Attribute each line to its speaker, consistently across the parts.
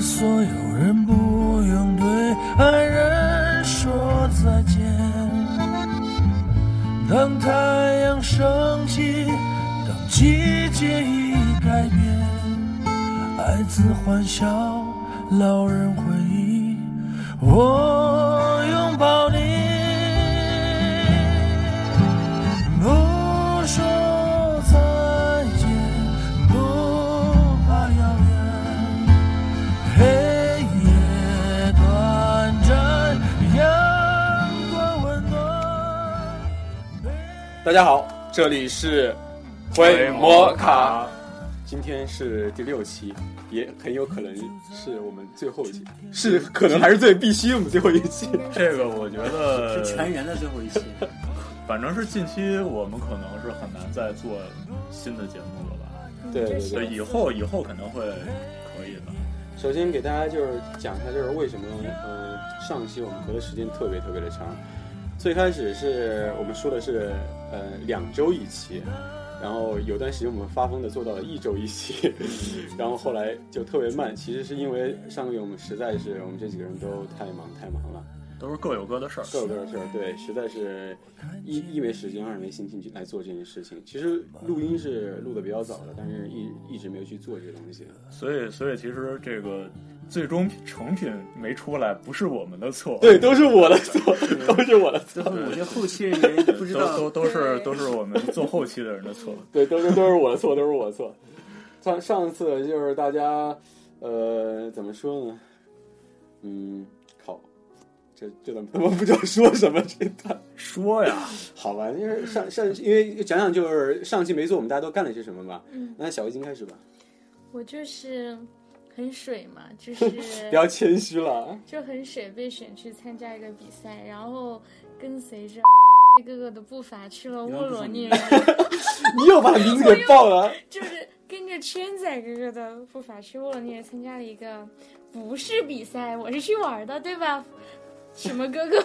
Speaker 1: 所有人不用对爱人说再见。当太阳升起，当季节已改变，孩子欢笑，老人回忆，我拥抱你。不说再见，不怕遥远。黑夜短暂，阳光温暖。
Speaker 2: 大家好，这里是
Speaker 3: 鬼摩卡，
Speaker 2: 今天是第六期，也很有可能是我们最后一期，是可能还是最必须我们最后一期。
Speaker 3: 这个我觉得
Speaker 4: 全员的最后一期，
Speaker 3: 反正是近期我们可能是很难再做新的节目了吧？
Speaker 2: 对对
Speaker 3: 所
Speaker 2: 对
Speaker 3: 以，以后以后肯定会可以的。
Speaker 2: 首先给大家就是讲一下，就是为什么呃上期我们隔的时间特别特别的长。最开始是我们说的是呃两周一期，然后有段时间我们发疯的做到了一周一期， 然后后来就特别慢。其实是因为上个月我们实在是我们这几个人都太忙太忙了，
Speaker 3: 都是各有各的事儿。
Speaker 2: 各有各的事儿，对，实在是一一没时间，二没心情去来做这件事情。其实录音是录的比较早的，但是一一直没有去做这个东西。
Speaker 3: 所以所以其实这个最终成品没出来，不是我们的错。
Speaker 2: 对，都是我的错，都是我的错。
Speaker 4: 最后我觉得后期人 员不知
Speaker 3: 都
Speaker 4: 道
Speaker 3: 都都是
Speaker 5: 对
Speaker 3: 都是我们做后期的人的错。
Speaker 2: 对，都是都是我的错，都是我的错。上上次就是大家，呃，怎么说呢？嗯，靠，这这怎么 我不知道说什么这段。
Speaker 3: 说呀，
Speaker 2: 好吧，因为上上，因为讲讲就是上期没做，我们大家都干了些什么吧。
Speaker 5: 嗯
Speaker 2: 那小鱼精开始吧，
Speaker 5: 我就是很水嘛， 就是
Speaker 2: 不要谦虚了。
Speaker 5: 就很水，被选去参加一个比赛，然后跟 随着哥哥的步伐去了沃罗涅日，
Speaker 2: 你又把名字给报了，
Speaker 5: 就是跟着圈仔哥哥的步伐去沃罗涅日参加了一个不是比赛，我是去玩儿的，对吧？什么哥 哥？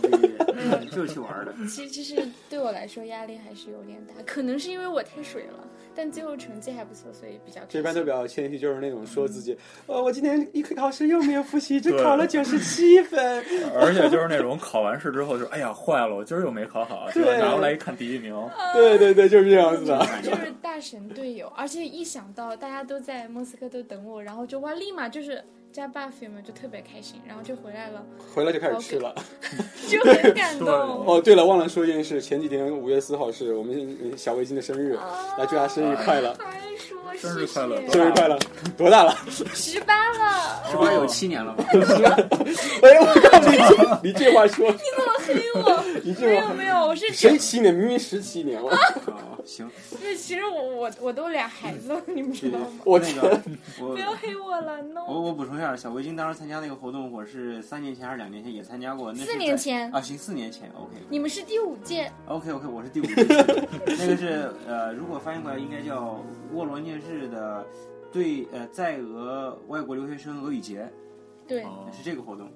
Speaker 4: 就是就是去玩儿的，
Speaker 5: 其其实对我来说压力还是有点大，可能是因为我太水了，但最后成绩还不错，所以比较开
Speaker 2: 这
Speaker 5: 心
Speaker 2: 一般都比较谦虚，就是那种说自己，呃、我今天一考试又没有复习，只
Speaker 3: 对
Speaker 2: 考了九十七分。
Speaker 3: 而且就是那种考完试之后就哎呀坏了，我今儿又没考好，结果
Speaker 2: 对
Speaker 3: 拿过来一看第一名，
Speaker 2: 对对对，就是这样子的。
Speaker 5: 就是大神队友，而且一想到大家都在莫斯科都等我，然后就哇，立马就是加 buff 嘛，就特别开心，然后就回来了，
Speaker 2: 回来就开始吃了。
Speaker 5: 就很感动。
Speaker 2: 哦，对了，忘了说一件事，前几天五月四号是我们小维金的生日，来祝他生日快乐，
Speaker 5: 还说
Speaker 3: 生日快乐
Speaker 5: 谢谢
Speaker 2: 生日快乐！多大了？
Speaker 5: 十八了，
Speaker 4: 是不是有七年了吧？
Speaker 2: 哎，我告诉你，你这话说，
Speaker 5: 你怎么黑 我？
Speaker 2: 你这
Speaker 5: 没有
Speaker 2: 话
Speaker 5: 没有，我是觉
Speaker 2: 谁七年？明明十七年了。
Speaker 4: 哦行，
Speaker 5: 得，其实我我我都俩孩子了，你们知道 吗？
Speaker 2: 我
Speaker 4: 那
Speaker 2: 天，
Speaker 4: 个
Speaker 5: 不
Speaker 4: 我
Speaker 5: 要黑我了
Speaker 4: 我
Speaker 5: ，no。
Speaker 4: 我补充一下，小围巾当时参加那个活动，我是三年前还是两年前也参加过，那是
Speaker 5: 四
Speaker 4: 在
Speaker 5: 年前
Speaker 4: 啊，行，四年前，OK
Speaker 5: 你们是第五届，
Speaker 4: OK OK，我是第五届，那个是呃，如果翻译过来应该叫沃罗涅日的对呃在俄外国留学生俄语节，
Speaker 5: 对。
Speaker 3: 哦
Speaker 4: 是这个活动。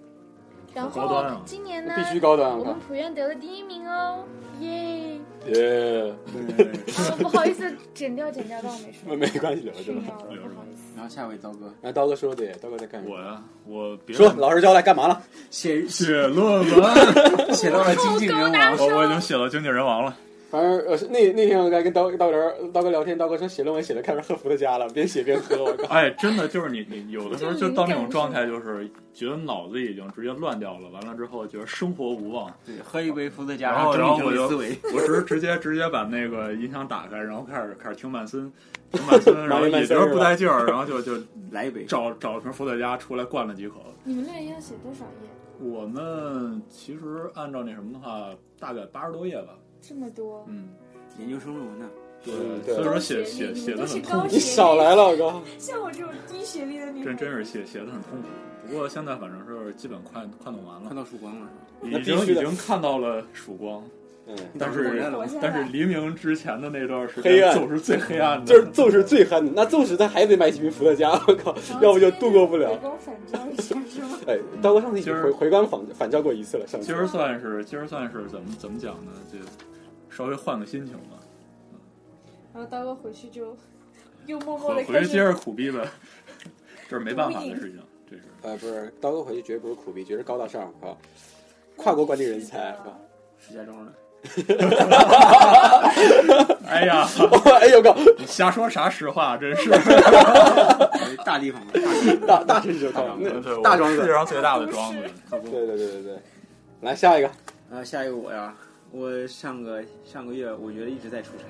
Speaker 5: 然
Speaker 3: 高端啊
Speaker 5: 后今年呢，
Speaker 2: 必须高端！啊
Speaker 5: 我
Speaker 2: 我
Speaker 5: 们普院得了第一名哦，耶！
Speaker 2: 靠，耶，
Speaker 3: 对，
Speaker 5: 啊不好意思，剪掉剪掉，当我没说。
Speaker 2: 没关系，留着
Speaker 5: 睡
Speaker 2: 吧。
Speaker 5: 着了，不好意思。
Speaker 4: 然后下一位刀哥
Speaker 2: 那刀哥说的，刀哥在干什么？
Speaker 3: 我呀，我别
Speaker 2: 说老师交代干嘛了？
Speaker 4: 写
Speaker 3: 写论文。
Speaker 4: 写到了经纪人
Speaker 5: 大
Speaker 4: 王，
Speaker 3: 我我已经写了经纪人王了，
Speaker 2: 反正呃，那那天我在跟刀刀聊刀哥聊天，刀哥说写论文写的开始喝伏特加了，边写边喝。我靠，
Speaker 3: 哎，真的就是你你有的时候就到那种状态，就是觉得脑子已经直接乱掉了，完了之后觉得生活无望，
Speaker 4: 对，喝一杯伏特加，
Speaker 3: 然后
Speaker 4: 整理
Speaker 3: 然后我
Speaker 4: 整
Speaker 3: 就
Speaker 4: 理思维。
Speaker 3: 我直直接直接把那个音响打开，然后开始开始听曼森，听曼 森，然后也觉得不带劲儿，然后就就
Speaker 4: 来一杯。
Speaker 3: 找找了瓶伏特加出来灌了几口。
Speaker 5: 你们那要写多少页？
Speaker 3: 我们其实按照那什么的话，大概八十多页吧，
Speaker 5: 这么多？
Speaker 3: 嗯，
Speaker 4: 研究生论文呢？
Speaker 3: 对
Speaker 2: 嗯，对
Speaker 3: 所以说写写写的很痛
Speaker 5: 高
Speaker 3: 苦
Speaker 5: 学历，
Speaker 2: 你少来了，我靠！
Speaker 5: 像我这种低学历的女
Speaker 3: 真真是写写的很痛苦。不过现在反正是基本快快弄完
Speaker 4: 看
Speaker 3: 了，
Speaker 4: 到曙光了，
Speaker 3: 已
Speaker 2: 那
Speaker 3: 经
Speaker 2: 必
Speaker 3: 已
Speaker 2: 须的
Speaker 3: 经看到了曙光。
Speaker 2: 嗯，
Speaker 3: 但
Speaker 4: 我来
Speaker 3: 是
Speaker 4: 了
Speaker 5: 活。下
Speaker 3: 但是
Speaker 5: 来。
Speaker 3: 黎明之前的那段时
Speaker 2: 黑
Speaker 3: 间，
Speaker 2: 暗
Speaker 3: 总是最黑暗 的，
Speaker 2: 就是奏是最憨的，那奏是他还得买几瓶伏特加，我靠，要不就度过不了
Speaker 5: 回。光返照一下是 吗？
Speaker 2: 哎，刀哥上次已经
Speaker 3: 今
Speaker 2: 回
Speaker 3: 儿
Speaker 2: 回光返返照过一次了，上次
Speaker 3: 今儿算是今儿算是怎么怎么讲呢？就稍微换个心情吧，
Speaker 5: 然后刀哥回去就又默默
Speaker 3: 回
Speaker 5: 的
Speaker 3: 回去接着苦逼呗，这是没办法的事情。这是
Speaker 2: 呃，不是，刀哥回去绝对不是苦逼，绝对是高大上啊！跨国管理人才
Speaker 5: 是
Speaker 2: 啊！
Speaker 5: 的
Speaker 6: 石家庄的，
Speaker 3: 哎呀，
Speaker 2: 哎呦我靠，
Speaker 3: 你瞎说啥实话，真是
Speaker 6: 大地方 的，大地方的
Speaker 2: 大大城 市靠，
Speaker 3: 对对
Speaker 2: 那
Speaker 3: 我
Speaker 2: 大庄
Speaker 3: 世
Speaker 2: 子
Speaker 3: 界。上最大的庄子，
Speaker 6: 可不。
Speaker 2: 对对对对对，来下一个，
Speaker 6: 啊，下一个我呀，我上个上个月我觉得一直在出差，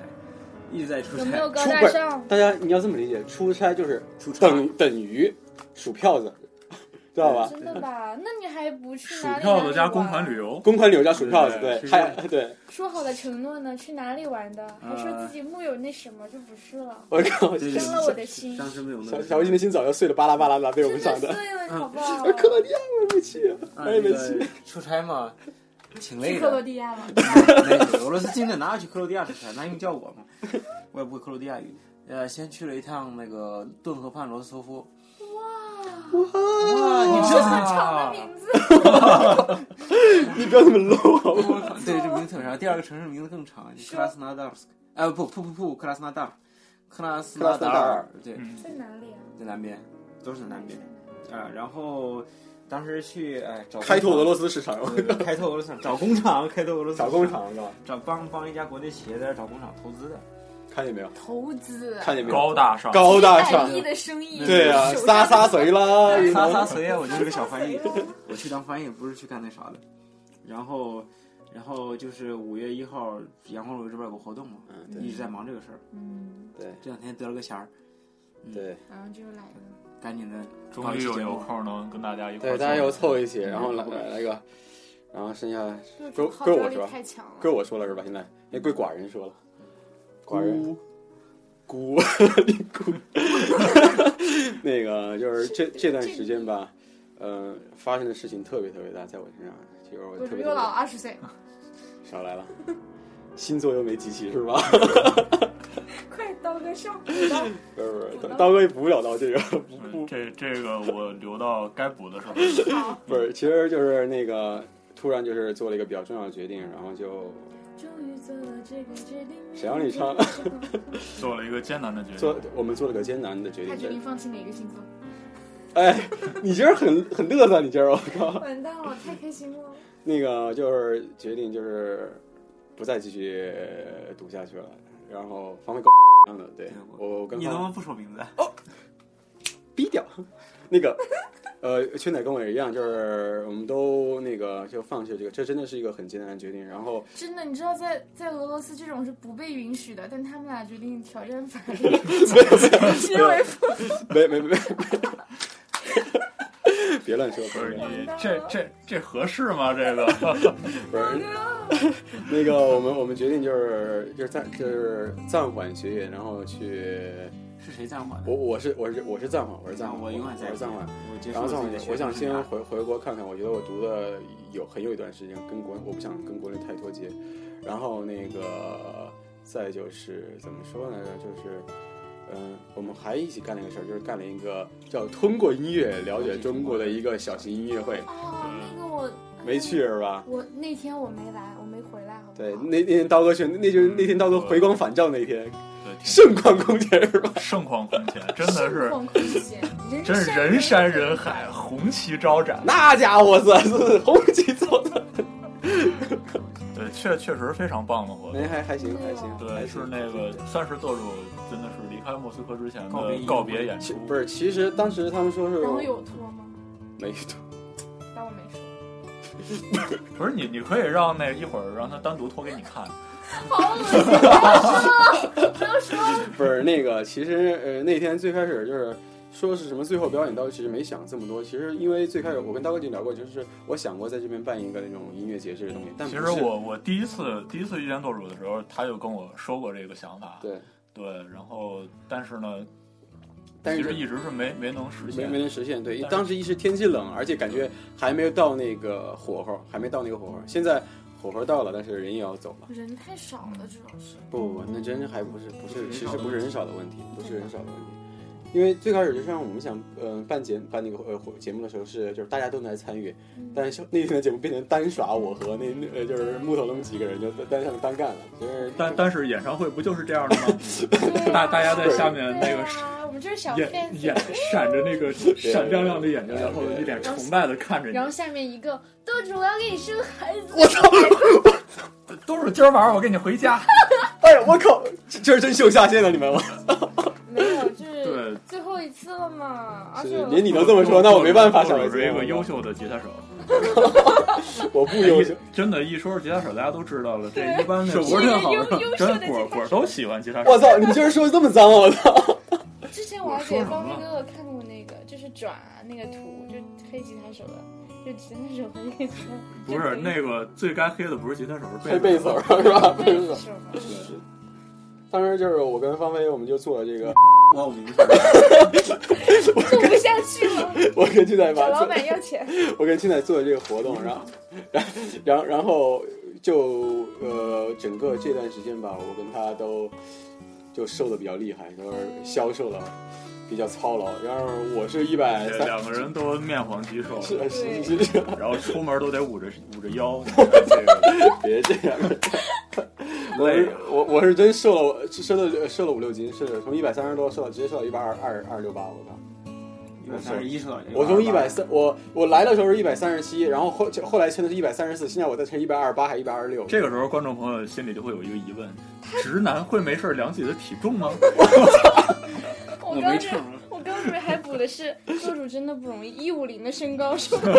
Speaker 6: 一直在出
Speaker 5: 有没
Speaker 6: 差
Speaker 5: 有，高
Speaker 2: 出
Speaker 5: 大
Speaker 2: 本
Speaker 5: 上？
Speaker 2: 大家你要这么理解，出差就是
Speaker 6: 出差
Speaker 2: 等等于数票子，知道吧？
Speaker 5: 真的吧？那你还不去
Speaker 3: 薯
Speaker 5: 哪里
Speaker 3: 票
Speaker 5: 哪
Speaker 3: 子
Speaker 5: 里
Speaker 3: 加
Speaker 5: 玩
Speaker 3: 公款旅游，
Speaker 2: 公款旅游加数票子，
Speaker 3: 对
Speaker 2: 对，
Speaker 6: 是
Speaker 2: 还对，
Speaker 5: 说好的承诺呢？去哪里玩的？还说自己木有那什么，就不是了，
Speaker 2: 我靠，
Speaker 6: 对
Speaker 5: 伤了我的心，
Speaker 6: 当时没有那
Speaker 2: 小
Speaker 6: 个
Speaker 2: 小薇今天心早就碎了巴拉巴拉的被我们
Speaker 5: 真的
Speaker 2: 上的，
Speaker 5: 碎了，好不好？
Speaker 2: 我克罗地亚我没去，
Speaker 6: 啊，
Speaker 2: 我也没
Speaker 6: 那
Speaker 2: 去
Speaker 6: 个。出差嘛，挺累
Speaker 5: 去克罗
Speaker 6: 的。
Speaker 5: 地亚了，
Speaker 6: 那个俄罗斯境内哪有去克罗地亚出差？那用 叫我吗？我也不会克罗地亚语。呃，先去了一趟那个顿河畔罗斯托夫。哇！你知啊道
Speaker 5: 很长的名字，
Speaker 2: 你不要这么 low 好吗？
Speaker 6: 对，这名字特别长。第二个城市名字更长，克拉斯纳达尔斯克。哎，不不不不，克拉斯纳达尔，克拉斯纳达尔，对，
Speaker 3: 嗯，
Speaker 5: 在哪里啊？
Speaker 6: 在南边，都是在南边啊。然后当时去哎找
Speaker 2: 开拓俄
Speaker 6: 斯，
Speaker 2: 罗斯市场，
Speaker 6: 对对开拓俄罗斯找工厂，开拓俄罗斯
Speaker 2: 小工，厂是吧？
Speaker 6: 找帮帮一家国内企业在这找工厂投资的。
Speaker 2: 看见没有？
Speaker 5: 投资
Speaker 2: 看见没有？
Speaker 3: 高大上，
Speaker 2: 高大
Speaker 5: 几
Speaker 2: 上
Speaker 5: 百，亿的生意，
Speaker 2: 对啊，
Speaker 5: 手
Speaker 2: 撒
Speaker 5: 上
Speaker 2: 撒谁啦？你
Speaker 6: 撒
Speaker 2: 能
Speaker 6: 撒随啊，我就是个小翻译，我去当翻译，不是去干那啥的。然后，然后就是五月一号阳光楼这边有个活动嘛，
Speaker 2: 嗯对
Speaker 6: 一直在忙这个事儿。
Speaker 5: 嗯，
Speaker 2: 对
Speaker 6: 这两天得了个闲儿，
Speaker 2: 对
Speaker 5: 然后就来了，
Speaker 6: 赶紧的
Speaker 3: 终于有有空能跟大家一块儿
Speaker 2: 对，大家又
Speaker 3: 做
Speaker 2: 凑一起，然后来来来个，然后剩下
Speaker 5: 就
Speaker 2: 归
Speaker 5: 是号
Speaker 2: 归
Speaker 5: 召
Speaker 2: 我
Speaker 5: 力
Speaker 2: 是吧
Speaker 5: 太强了，
Speaker 2: 归我说了是吧？现在也归寡人说了，寡人
Speaker 6: 孤
Speaker 2: 姑，姑，那个就是这这段时间吧，呃，发生的事情特别特别大，在我身上，就是我
Speaker 5: 我
Speaker 2: 特
Speaker 5: 只
Speaker 2: 别
Speaker 5: 有
Speaker 2: 特
Speaker 5: 老
Speaker 2: 别
Speaker 5: 二十岁，
Speaker 2: 少来了，星座又没集齐是吧？
Speaker 5: 快刀哥上补 刀，
Speaker 2: 不是不是，刀刀哥也补不了 到这个，不不
Speaker 3: 这这个我留到该补 的时候。
Speaker 5: 好，
Speaker 2: 不是，其实就是那个突然就是做了一个比较重要的决定，然后就
Speaker 5: 终于做了这个决定，
Speaker 2: 谁让你 唱
Speaker 3: 做了一个艰难的决定。
Speaker 2: 做我们做了个艰难的决
Speaker 5: 他
Speaker 2: 定。
Speaker 5: 决定放弃哪个星座？
Speaker 2: 哎，你今儿很很嘚瑟，你今儿我靠，
Speaker 5: 完蛋了，太开心了！
Speaker 2: 那个就是决定就是不再继续呃读下去了，然后方慧跟我一样的，对
Speaker 6: 对
Speaker 2: 我跟哦
Speaker 6: 你能
Speaker 2: 方
Speaker 6: 不
Speaker 2: 慧
Speaker 6: 能不说名字？
Speaker 2: 逼掉 那个。呃，圈仔跟我也一样，就是我们都那个就放弃了这个，这真的是一个很艰难的决定。然后
Speaker 5: 真的，你知道在在俄罗斯这种是不被允许的，但他们俩决定挑 战法律，结 为夫。
Speaker 2: 没没 没，没别乱说，
Speaker 3: 不
Speaker 2: 不
Speaker 3: 是
Speaker 2: 是
Speaker 3: 你这这这合适吗？这个
Speaker 2: 不是 那个，我们我们决定就是就是暂就是暂缓学业，然后去
Speaker 6: 是谁暂缓的
Speaker 2: 我？我是我是我是暂缓，我是暂缓，
Speaker 6: 啊我永远
Speaker 2: 我
Speaker 6: 在
Speaker 2: 是暂缓。
Speaker 6: 我结束
Speaker 2: 然后
Speaker 6: 了
Speaker 2: 暂
Speaker 6: 自
Speaker 2: 缓
Speaker 6: 己的，学
Speaker 2: 我想
Speaker 6: 生
Speaker 2: 先
Speaker 6: 涯
Speaker 2: 回回国看看，我觉得我读的有很有一段时间跟国，我不想跟国内太脱节。然后那个再就是怎么说呢，就是。嗯，我们还一起干了一个事儿，就是干了一个叫“通过音乐了解中国”的一个小型音乐会，
Speaker 5: 哦，那个我
Speaker 2: 没去是吧？
Speaker 5: 我那天我没来，我没回来，好不好？
Speaker 2: 对，那那天刀哥去，那就是那天刀哥回光返照那天，
Speaker 3: 对挺
Speaker 2: 盛况空前是吧？
Speaker 3: 盛况空前，真的是，
Speaker 5: 旷空闲，人
Speaker 3: 真是人山人海，红旗招展。
Speaker 2: 那家伙是是红旗招展，
Speaker 3: 对，确确实非常棒的活
Speaker 2: 哎，
Speaker 3: 动。
Speaker 2: 还还行还行，还
Speaker 3: 对，是
Speaker 2: 行
Speaker 3: 那个算是做出真的是离开莫斯科之前
Speaker 6: 告别
Speaker 3: 的
Speaker 6: 演
Speaker 3: 告别演
Speaker 2: 其
Speaker 3: 出，
Speaker 2: 不是，其实当时他们说是
Speaker 5: 然后有托吗？
Speaker 2: 没读，
Speaker 5: 但我没说。
Speaker 3: 不是你你可以让那一会儿让他单独拖给你看，
Speaker 5: 好恶心！
Speaker 2: 不是那个，其实呃那天最开始就是说是什么最后表演，刀其实没想这么多。其实因为最开始我跟刀哥已经聊过，就是我想过在这边办一个那种音乐节这个东西，但
Speaker 3: 其
Speaker 2: 不
Speaker 3: 实
Speaker 2: 是
Speaker 3: 我我第一次第一次遇见舵主的时候，他就跟我说过这个想法，
Speaker 2: 对，
Speaker 3: 对，然后但是呢，
Speaker 2: 但
Speaker 3: 其
Speaker 2: 是
Speaker 3: 实一直是没没能实
Speaker 2: 没
Speaker 3: 现
Speaker 2: 没。能实现。对，
Speaker 3: 但是
Speaker 2: 当时一是天气冷，而且感觉还没有到那个火候，还没到那个火候。现在火候到了，但是人也要走了。
Speaker 5: 人太少了，主要是。
Speaker 2: 不不不，那真还不是不是，其实不是人少的问题，不是
Speaker 5: 对
Speaker 2: 人少的问题。因为最开始就像我们想，呃，办节办那个呃活节目的时候是，就是大家都能来参与，
Speaker 5: 嗯
Speaker 2: 但是那天的节目变成单耍我和那那呃就是木头那么几个人就单上单干了，就是
Speaker 3: 但但是演唱会不就是这样的吗？
Speaker 5: 对啊
Speaker 3: 大大家在下面那
Speaker 5: 对
Speaker 3: 个
Speaker 5: 啊我们这是小
Speaker 3: 眼
Speaker 5: fans。
Speaker 3: 眼 闪着那个闪亮亮的眼睛，然后一脸崇拜的看着
Speaker 5: 然后
Speaker 3: 你。
Speaker 5: 下面一个，豆主，我要给你生孩子。
Speaker 2: 我操！
Speaker 3: 都是今儿晚上我跟你 回家。
Speaker 2: 哎呀，我靠，这这是真秀下限了，你们！
Speaker 5: 没有，就是
Speaker 3: 对，
Speaker 5: 最后一次了嘛。而且
Speaker 2: 是
Speaker 5: 我
Speaker 2: 连你都这么说，那我没办法，小
Speaker 3: 我
Speaker 2: 孩
Speaker 3: 是
Speaker 2: 子，
Speaker 3: 一个优秀的吉他手，哎
Speaker 2: 我不 优秀。
Speaker 3: 真的，一说是吉他手，大家都知道了。这一般的
Speaker 5: 是一
Speaker 3: 真
Speaker 5: 个
Speaker 3: 好，
Speaker 5: 优优秀
Speaker 3: 真
Speaker 5: 的
Speaker 3: 果
Speaker 5: 吉
Speaker 3: 果
Speaker 5: 他
Speaker 3: 都喜欢吉他手。
Speaker 2: 我操，你居然说的这么脏啊！我操！
Speaker 5: 手。之前我还给方斌哥哥看过那个，就是转那个图，就黑吉他手的，就吉他手和黑吉他手。
Speaker 3: 不是那个最该黑的不是吉他手，
Speaker 2: 黑
Speaker 3: 是
Speaker 2: 贝
Speaker 3: 贝
Speaker 2: 斯手是吧？ 贝
Speaker 5: 贝
Speaker 2: 斯
Speaker 5: 斯
Speaker 2: 手。
Speaker 5: 手嘛。
Speaker 2: 当时就是我跟芳菲，我们就做了这个，
Speaker 4: 哇，我明白了。
Speaker 5: 做不下去了，
Speaker 2: 我跟俊仔
Speaker 5: 找
Speaker 2: 吧
Speaker 5: 老
Speaker 2: 做，
Speaker 5: 板要钱。
Speaker 2: 我跟俊仔做的这个活动，然后，然后，然后就呃，整个这段时间吧，我跟他都就瘦的比较厉害，就是消瘦了，比较操劳。然后我是一百
Speaker 3: 对，
Speaker 2: 三，
Speaker 3: 哎
Speaker 2: 呃
Speaker 3: 两个人都面黄肌瘦，
Speaker 2: 是是是是，
Speaker 3: 然后出门都得捂着捂着 腰。你看这个
Speaker 2: 别这样。我
Speaker 3: 累
Speaker 2: 是
Speaker 3: 啊
Speaker 2: 我我是真瘦了，瘦了瘦了五六斤，是从一百三十多瘦到直接瘦到一百二二二六八，我靠！
Speaker 4: 一百三十一车，
Speaker 2: 我从一百三，我我来的时候是一百三十七，然后后后来称的是一百三十四，现在我再称一百二十八还一百二十六。
Speaker 3: 这个时候，观众朋友心里就会有一个疑问：直男会没事儿量自己的体重吗？
Speaker 5: 我
Speaker 4: 我
Speaker 5: 刚
Speaker 4: 没
Speaker 5: 才
Speaker 4: 秤，
Speaker 5: 我刚才还补的是，做主真的不容易，一五零的身高是吧？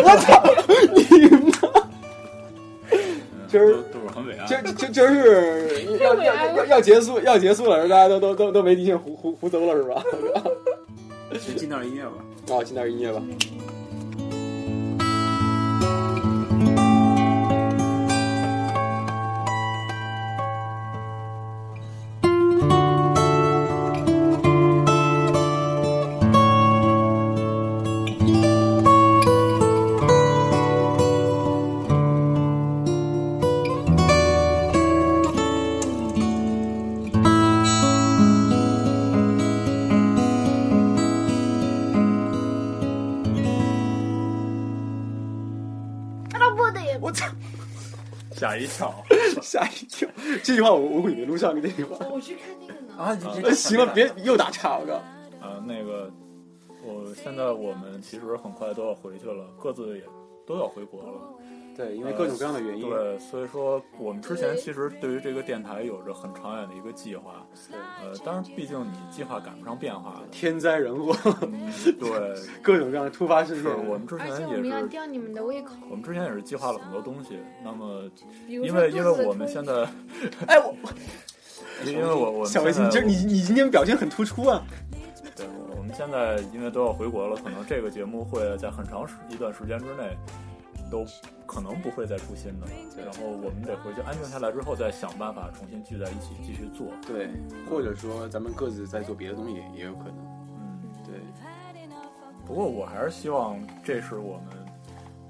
Speaker 2: 今儿
Speaker 3: 都都是很伟岸。
Speaker 2: 这这这是要要要要结束要结束了，大家都都都都没底线胡胡胡诌了是吧？
Speaker 4: 就进到音乐吧。
Speaker 2: 啊，进点音乐吧。我操，
Speaker 3: 吓一跳，
Speaker 2: 吓一跳！这句话我我给你录上，你这句话。
Speaker 5: 我去看那个呢。
Speaker 4: 啊，
Speaker 2: 哎 行了， 别又打岔，我靠！
Speaker 3: 啊，那个，我现在我们其实很快都要回去了，各自也都要回国了。
Speaker 2: 对，因为各种各样的原
Speaker 5: 嗯
Speaker 2: 因，
Speaker 3: 对，所以说我们之前其实对于这个电台有着很长远的一个计划。呃，当然，毕竟你计划赶不上变 化的。
Speaker 2: 天灾人祸，
Speaker 3: 对，
Speaker 2: 各种各样的突发事
Speaker 3: 是
Speaker 2: 件。
Speaker 3: 我们之前
Speaker 5: 而且我们
Speaker 3: 也
Speaker 5: 要
Speaker 3: 是，
Speaker 5: 吊你们的胃口，
Speaker 3: 我们之前也是计划了很多东西。那么，
Speaker 5: 比如
Speaker 3: 因
Speaker 5: 说
Speaker 3: 为
Speaker 5: 肚
Speaker 3: 因
Speaker 5: 子的
Speaker 3: 为我们现
Speaker 5: 凸起
Speaker 3: 在，
Speaker 2: 哎，我
Speaker 3: 因为我我们
Speaker 2: 小维，
Speaker 3: 现
Speaker 2: 你
Speaker 3: 在
Speaker 2: 这你你今天表现很突出啊！
Speaker 3: 对，我我们现在因为都要回国了，可能这个节目会在很长时一段时间之内都可能不会再出新的了。然后我们得回去安静下来之后，再想办法重新聚在一起继续做。
Speaker 2: 对，或者说咱们各自在做别的东西也也有可能。
Speaker 3: 嗯，
Speaker 2: 对，
Speaker 3: 不过我还是希望这是我们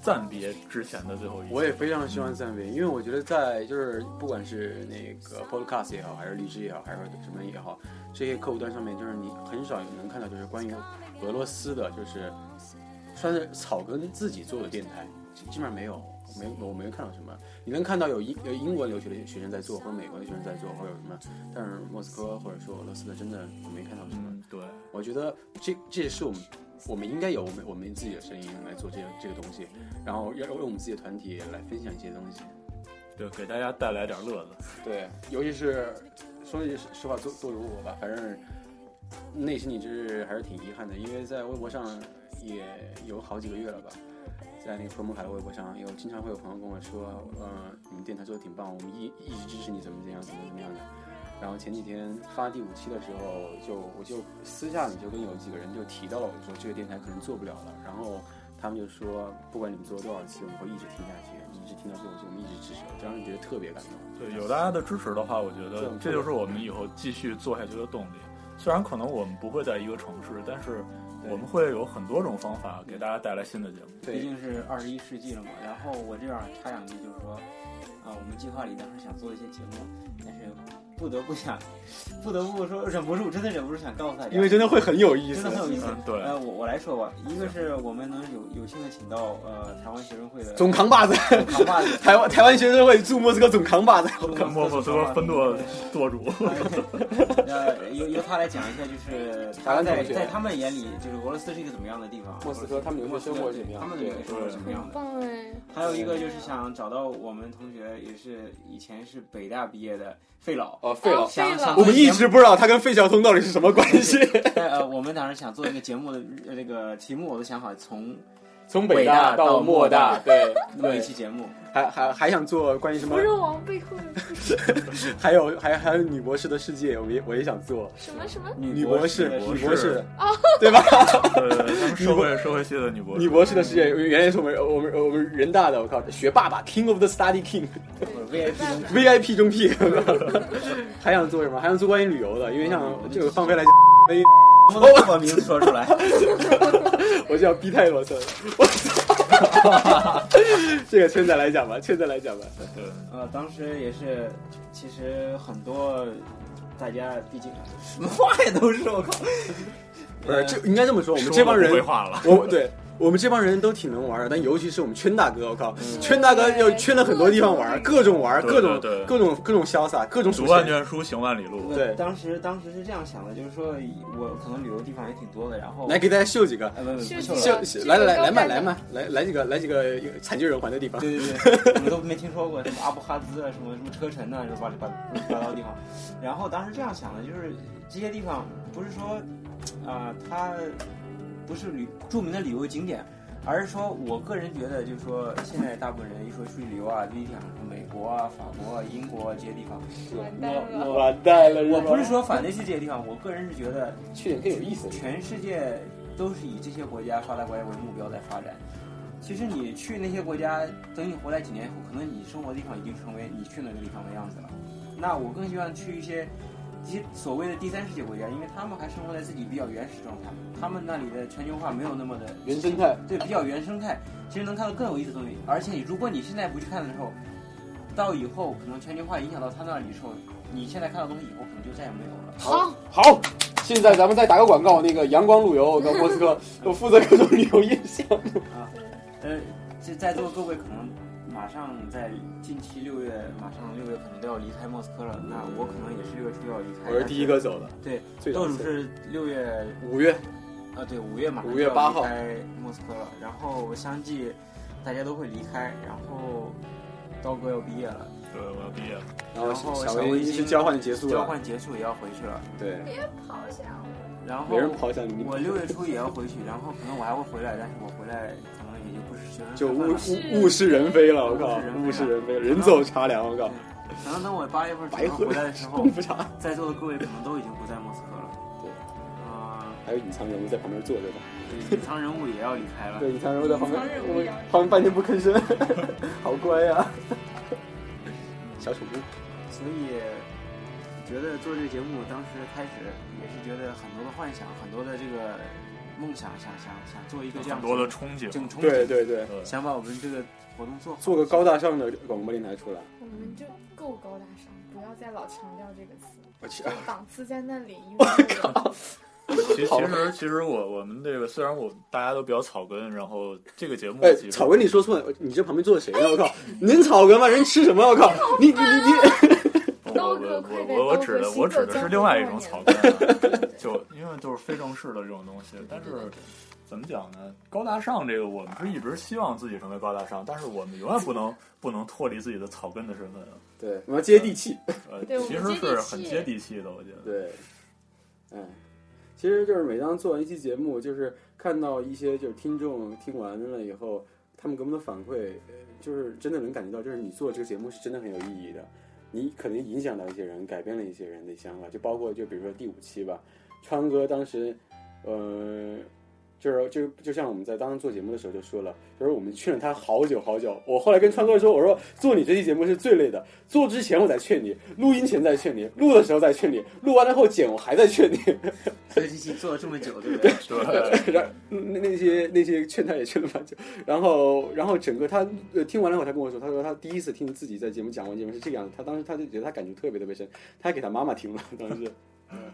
Speaker 3: 暂别之前的最后一期。
Speaker 2: 我也非常希望赞美，因为我觉得在就是不管是那个 podcast 也好，还是荔枝也好，还是什么也好，这些客户端上面，就是你很少能看到就是关于俄罗斯的，就是算是草根自己做的电台，基基本上没有，没我没看到什么。你能看到有英有英国留学的学生在做，或者美国的学生在做，或者有什么，但是莫斯科或者说俄罗斯的，真的我没看到什么。
Speaker 3: 嗯，对，
Speaker 2: 我觉得这这也是我们我们应该有我们我们自己的声音来做这个这个东西，然后要为我们自己的团体来分享一些东西。
Speaker 3: 对，给大家带来点乐子。
Speaker 2: 对，尤其是说句实话，做做如我吧，反正内心里就是还是挺遗憾的，因为在微博上也有好几个月了吧。在那个彭博海的微博上，有经常会有朋友跟我说，呃，你们电台做的挺棒，我们一一直支持你，怎么怎么样，怎么怎么样的。然后前几天发第五期的时候，就我就私下里就跟有几个人就提到了，我说这个电台可能做不了了。然后他们就说，不管你们做了多少期，我们会一直听下去，一直听到最后期，我们一直支持。这让人觉得特别感动。
Speaker 3: 对，有大家的支持的话，我觉
Speaker 2: 对
Speaker 3: 得这就是我们以后继续做下去的动力。虽然可能我们不会在一个城市，但是
Speaker 2: 对
Speaker 3: 我们会有很多种方法给大家带来新的节目。
Speaker 2: 对，
Speaker 4: 毕竟是二十一世纪了嘛。然后我这边插两句，就是说，啊，我们计划里当时想做一些节目，但是
Speaker 6: 不得不想，不得不说忍不住，真的忍不住想告诉大家，
Speaker 2: 因为真的会很有意
Speaker 6: 真
Speaker 2: 思
Speaker 6: 的。很有意思。
Speaker 3: 嗯，对，
Speaker 6: 呃，我我来说吧，一个是我们能有有幸的请到呃台湾学生会的
Speaker 2: 总扛把子，
Speaker 6: 扛把子，
Speaker 2: 台湾台湾学生会驻莫斯科总扛把子。
Speaker 3: 跟莫斯科分舵舵主，
Speaker 6: 呃，由由他来讲一下，就是
Speaker 2: 台湾同
Speaker 6: 在
Speaker 2: 学
Speaker 6: 在他们眼里，就是俄罗斯是一个怎么样的地方？
Speaker 2: 莫斯科他们留学生活是怎么样
Speaker 6: 他
Speaker 2: 的
Speaker 6: 们的留学生活是怎么样
Speaker 5: 很
Speaker 6: 的？
Speaker 5: 棒哎，
Speaker 6: 还有一个就是想找到我们同学，也是以前是北大毕业的费老，
Speaker 2: 哦，废了
Speaker 5: 哦。
Speaker 6: 想
Speaker 5: 费老
Speaker 6: 想
Speaker 2: 我们一直不知道他跟费孝通到底是什么关系。
Speaker 6: 呃，我们当时想做一个节目的呃那个题目，我的想法从
Speaker 2: 从
Speaker 6: 北大到
Speaker 2: 莫
Speaker 6: 莫
Speaker 2: 大，
Speaker 6: 大
Speaker 2: 对
Speaker 6: 录一
Speaker 2: 对，
Speaker 6: 期节目，
Speaker 2: 还还还想做关于什么
Speaker 5: 不？肉王背后的故事，
Speaker 2: 还有还还有女博士的世界，我也我也想做
Speaker 5: 什么什么
Speaker 2: 女博士，女
Speaker 6: 的
Speaker 3: 女
Speaker 2: 博
Speaker 3: 博士
Speaker 2: 士，对吧？
Speaker 3: 呃，他们社会社会系的女博士，
Speaker 2: 女博士的世界，原来是我们我们我们人大的，我靠，学霸吧，King of the Study King，VIP
Speaker 6: 呃 VIP
Speaker 2: 中
Speaker 6: 中
Speaker 2: P，还想做什么？还想做关于旅游的，因为像这个放飞来， 哎，
Speaker 6: 能不能把名字说出来？
Speaker 2: 我就要逼太罗森，我操！这个圈仔来讲吧，圈仔来讲吧，
Speaker 3: 对，
Speaker 6: 呃，当时也是，其实很多大家毕竟什么话也都是我靠，
Speaker 2: 不是这应该这么说，我们
Speaker 3: 说
Speaker 2: 这帮
Speaker 3: 了
Speaker 2: 人
Speaker 3: 不会话了，
Speaker 2: 我对我们这帮人都挺能玩的，但尤其是我们圈大哥，我靠，圈大哥又圈了很多地方玩，各种玩，各
Speaker 3: 嗯对
Speaker 2: 种
Speaker 3: 对对
Speaker 2: 各种各种潇洒，各种
Speaker 3: 读
Speaker 2: 属
Speaker 3: 万
Speaker 2: 性。
Speaker 3: 卷书，行万里路，
Speaker 2: 对
Speaker 6: 当时当时是这样想的，就是说我可能旅游地方也挺多的，然后
Speaker 2: 来给大家秀几个，
Speaker 6: 呃不不不
Speaker 5: 秀
Speaker 6: 秀
Speaker 5: 几
Speaker 6: 了
Speaker 5: 个
Speaker 2: 秀来来来来嘛来嘛，来来几个来几个惨绝人寰的地方。
Speaker 6: 对对对，我们都没听说过什么阿布哈兹啊，什么什么车臣呐、什么八八八糟地方。然后当时这样想的，就是这些地方不是说啊、它不是旅著名的旅游景点，而是说我个人觉得，就是说现在大部分人一说出去旅游啊，第一想什么美国啊、法国啊、英国啊这些地方。
Speaker 5: 完蛋了。
Speaker 6: 我
Speaker 2: 完蛋了，
Speaker 6: 我我不是说反对去这些地方，我个人是觉得
Speaker 2: 去点更有意思的。
Speaker 6: 全世界都是以这些国家、发达国家为目标在发展。其实你去那些国家，等你回来几年以后，可能你生活的地方已经成为你去那个地方的样子了。那我更希望去一些一些所谓的第三世界国家，因为他们还生活在自己比较原始状态，他们那里的全球化没有那么的
Speaker 2: 原生态，
Speaker 6: 对，比较原生态，其实能看到更有意思的东西。而且你如果你现在不去看的时候，到以后可能全球化影响到他那里的时候，你现在看到的东西以后可能就再也没有了。
Speaker 5: 好，
Speaker 2: 好，现在咱们再打个广告，那个阳光路由跟莫斯科， 我负责各种旅游业项目。
Speaker 6: 呃，这在座各位可能马上在近期六月，马上六月可能都要离开莫斯科了。那我可能也是六月初要离开。
Speaker 2: 嗯我是第一个走的，
Speaker 6: 但是。
Speaker 2: 最
Speaker 6: 对，
Speaker 2: 早
Speaker 6: 倒数是六月，
Speaker 2: 五月，
Speaker 6: 啊，对，五月马上
Speaker 2: 5月8号
Speaker 6: 就要离开莫斯科了。然后我相继大家都会离开，然后刀哥要毕业了，
Speaker 3: 对，我要毕业了，
Speaker 2: 然后
Speaker 6: 然后
Speaker 2: 小
Speaker 6: 小
Speaker 2: 维
Speaker 6: 维
Speaker 2: 医
Speaker 6: 已
Speaker 2: 师
Speaker 6: 经
Speaker 2: 交换结束
Speaker 6: 交
Speaker 2: 了，
Speaker 6: 换结束也要回去了。
Speaker 2: 对，
Speaker 5: 好想我，
Speaker 6: 然后
Speaker 2: 没人咆哮你，
Speaker 6: 我六月初也要回去，然后可能我还会回来，但是我回来可能也就不是学生
Speaker 2: 就
Speaker 6: 身份
Speaker 2: 物
Speaker 6: 了
Speaker 2: 物物是人非了，我靠，物
Speaker 6: 物是
Speaker 2: 是
Speaker 6: 人非了
Speaker 2: 人非，人走茶凉，我靠，
Speaker 6: 可能等我八月份
Speaker 2: 白
Speaker 6: 整
Speaker 2: 回
Speaker 6: 个回
Speaker 2: 来
Speaker 6: 来的时 候，
Speaker 2: 不茶。
Speaker 6: 在座的各位可能都已经不在莫斯科了。
Speaker 2: 对
Speaker 6: 啊、
Speaker 2: 还有隐藏人物在旁边坐着的，
Speaker 6: 对隐藏人物也要离开了。
Speaker 2: 对，隐藏人物在旁边
Speaker 5: 隐藏人物呀，
Speaker 2: 旁边半天不吭声， 好乖啊呀、小宠物，
Speaker 6: 所以觉得做这个节目，当时开始也是觉得很多的幻想，很多的这个梦想，想想想做一个这样
Speaker 3: 很多的憧憬，
Speaker 6: 整冲
Speaker 2: 对，对对，
Speaker 3: 对，
Speaker 6: 想把我们这个活动做好
Speaker 2: 做个高大上的广播电台出来。
Speaker 5: 我们就够高大上，不要再老强调这个词，
Speaker 2: 我去，
Speaker 5: 档次在那里。，E 我 靠，
Speaker 3: 其其实其实我我们这个虽然我大家都比较草根，然后这个节目
Speaker 2: 哎
Speaker 3: 其，实
Speaker 2: 草根，你说错了，你这旁边坐的谁呢？我靠，人草根吗？人吃什么？我靠，你你你
Speaker 3: 我
Speaker 5: 刀
Speaker 3: 我
Speaker 5: 哥
Speaker 3: 我
Speaker 5: 快点
Speaker 3: 我我
Speaker 5: 刀
Speaker 3: 指
Speaker 5: 哥
Speaker 3: 的
Speaker 5: 行
Speaker 3: 我指
Speaker 5: 走
Speaker 3: 的
Speaker 5: 江
Speaker 3: 是
Speaker 5: 湖
Speaker 3: 另外一种
Speaker 5: 多年
Speaker 3: 草根啊，就因为就是非正式的这种东西，但是。怎么讲呢？高大上这个，我们是一直希望自己成为高大上，但是我们永远不能不能脱离自己的草根的身份。
Speaker 2: 对，我要接地气。
Speaker 3: 呃，
Speaker 5: 对我
Speaker 3: 其
Speaker 5: 们
Speaker 3: 实
Speaker 5: 接
Speaker 3: 是
Speaker 5: 地
Speaker 3: 很
Speaker 5: 气
Speaker 3: 接地气的，我觉得。
Speaker 2: 对，哎，其实就是每当做完一期节目，就是看到一些就是听众听完了以后，他们给我们的反馈，呃就是真的能感觉到，就是你做这个节目是真的很有意义的，你可能影响到一些人，改变了一些人的想法，就包括就比如说第五期吧，川哥当时，呃，就是就就像我们在当时做节目的时候就说了，就是我们劝了他好久好久。我后来跟川哥说，我说做你这期节目是最累的，做之前我在劝你，录音前在劝你，录的时候在劝你，录完了后剪我还在劝你。
Speaker 6: 所以这期做了这么久，对不对？
Speaker 3: 对，
Speaker 2: 然后嗯那那些那些劝他也劝了蛮久，然后然后整个他、呃、听完了以后，他跟我说，他说他第一次听自己在节目讲完节目是这个样子，他当时他就觉得他感触特别特别深，他还给他妈妈听了，当时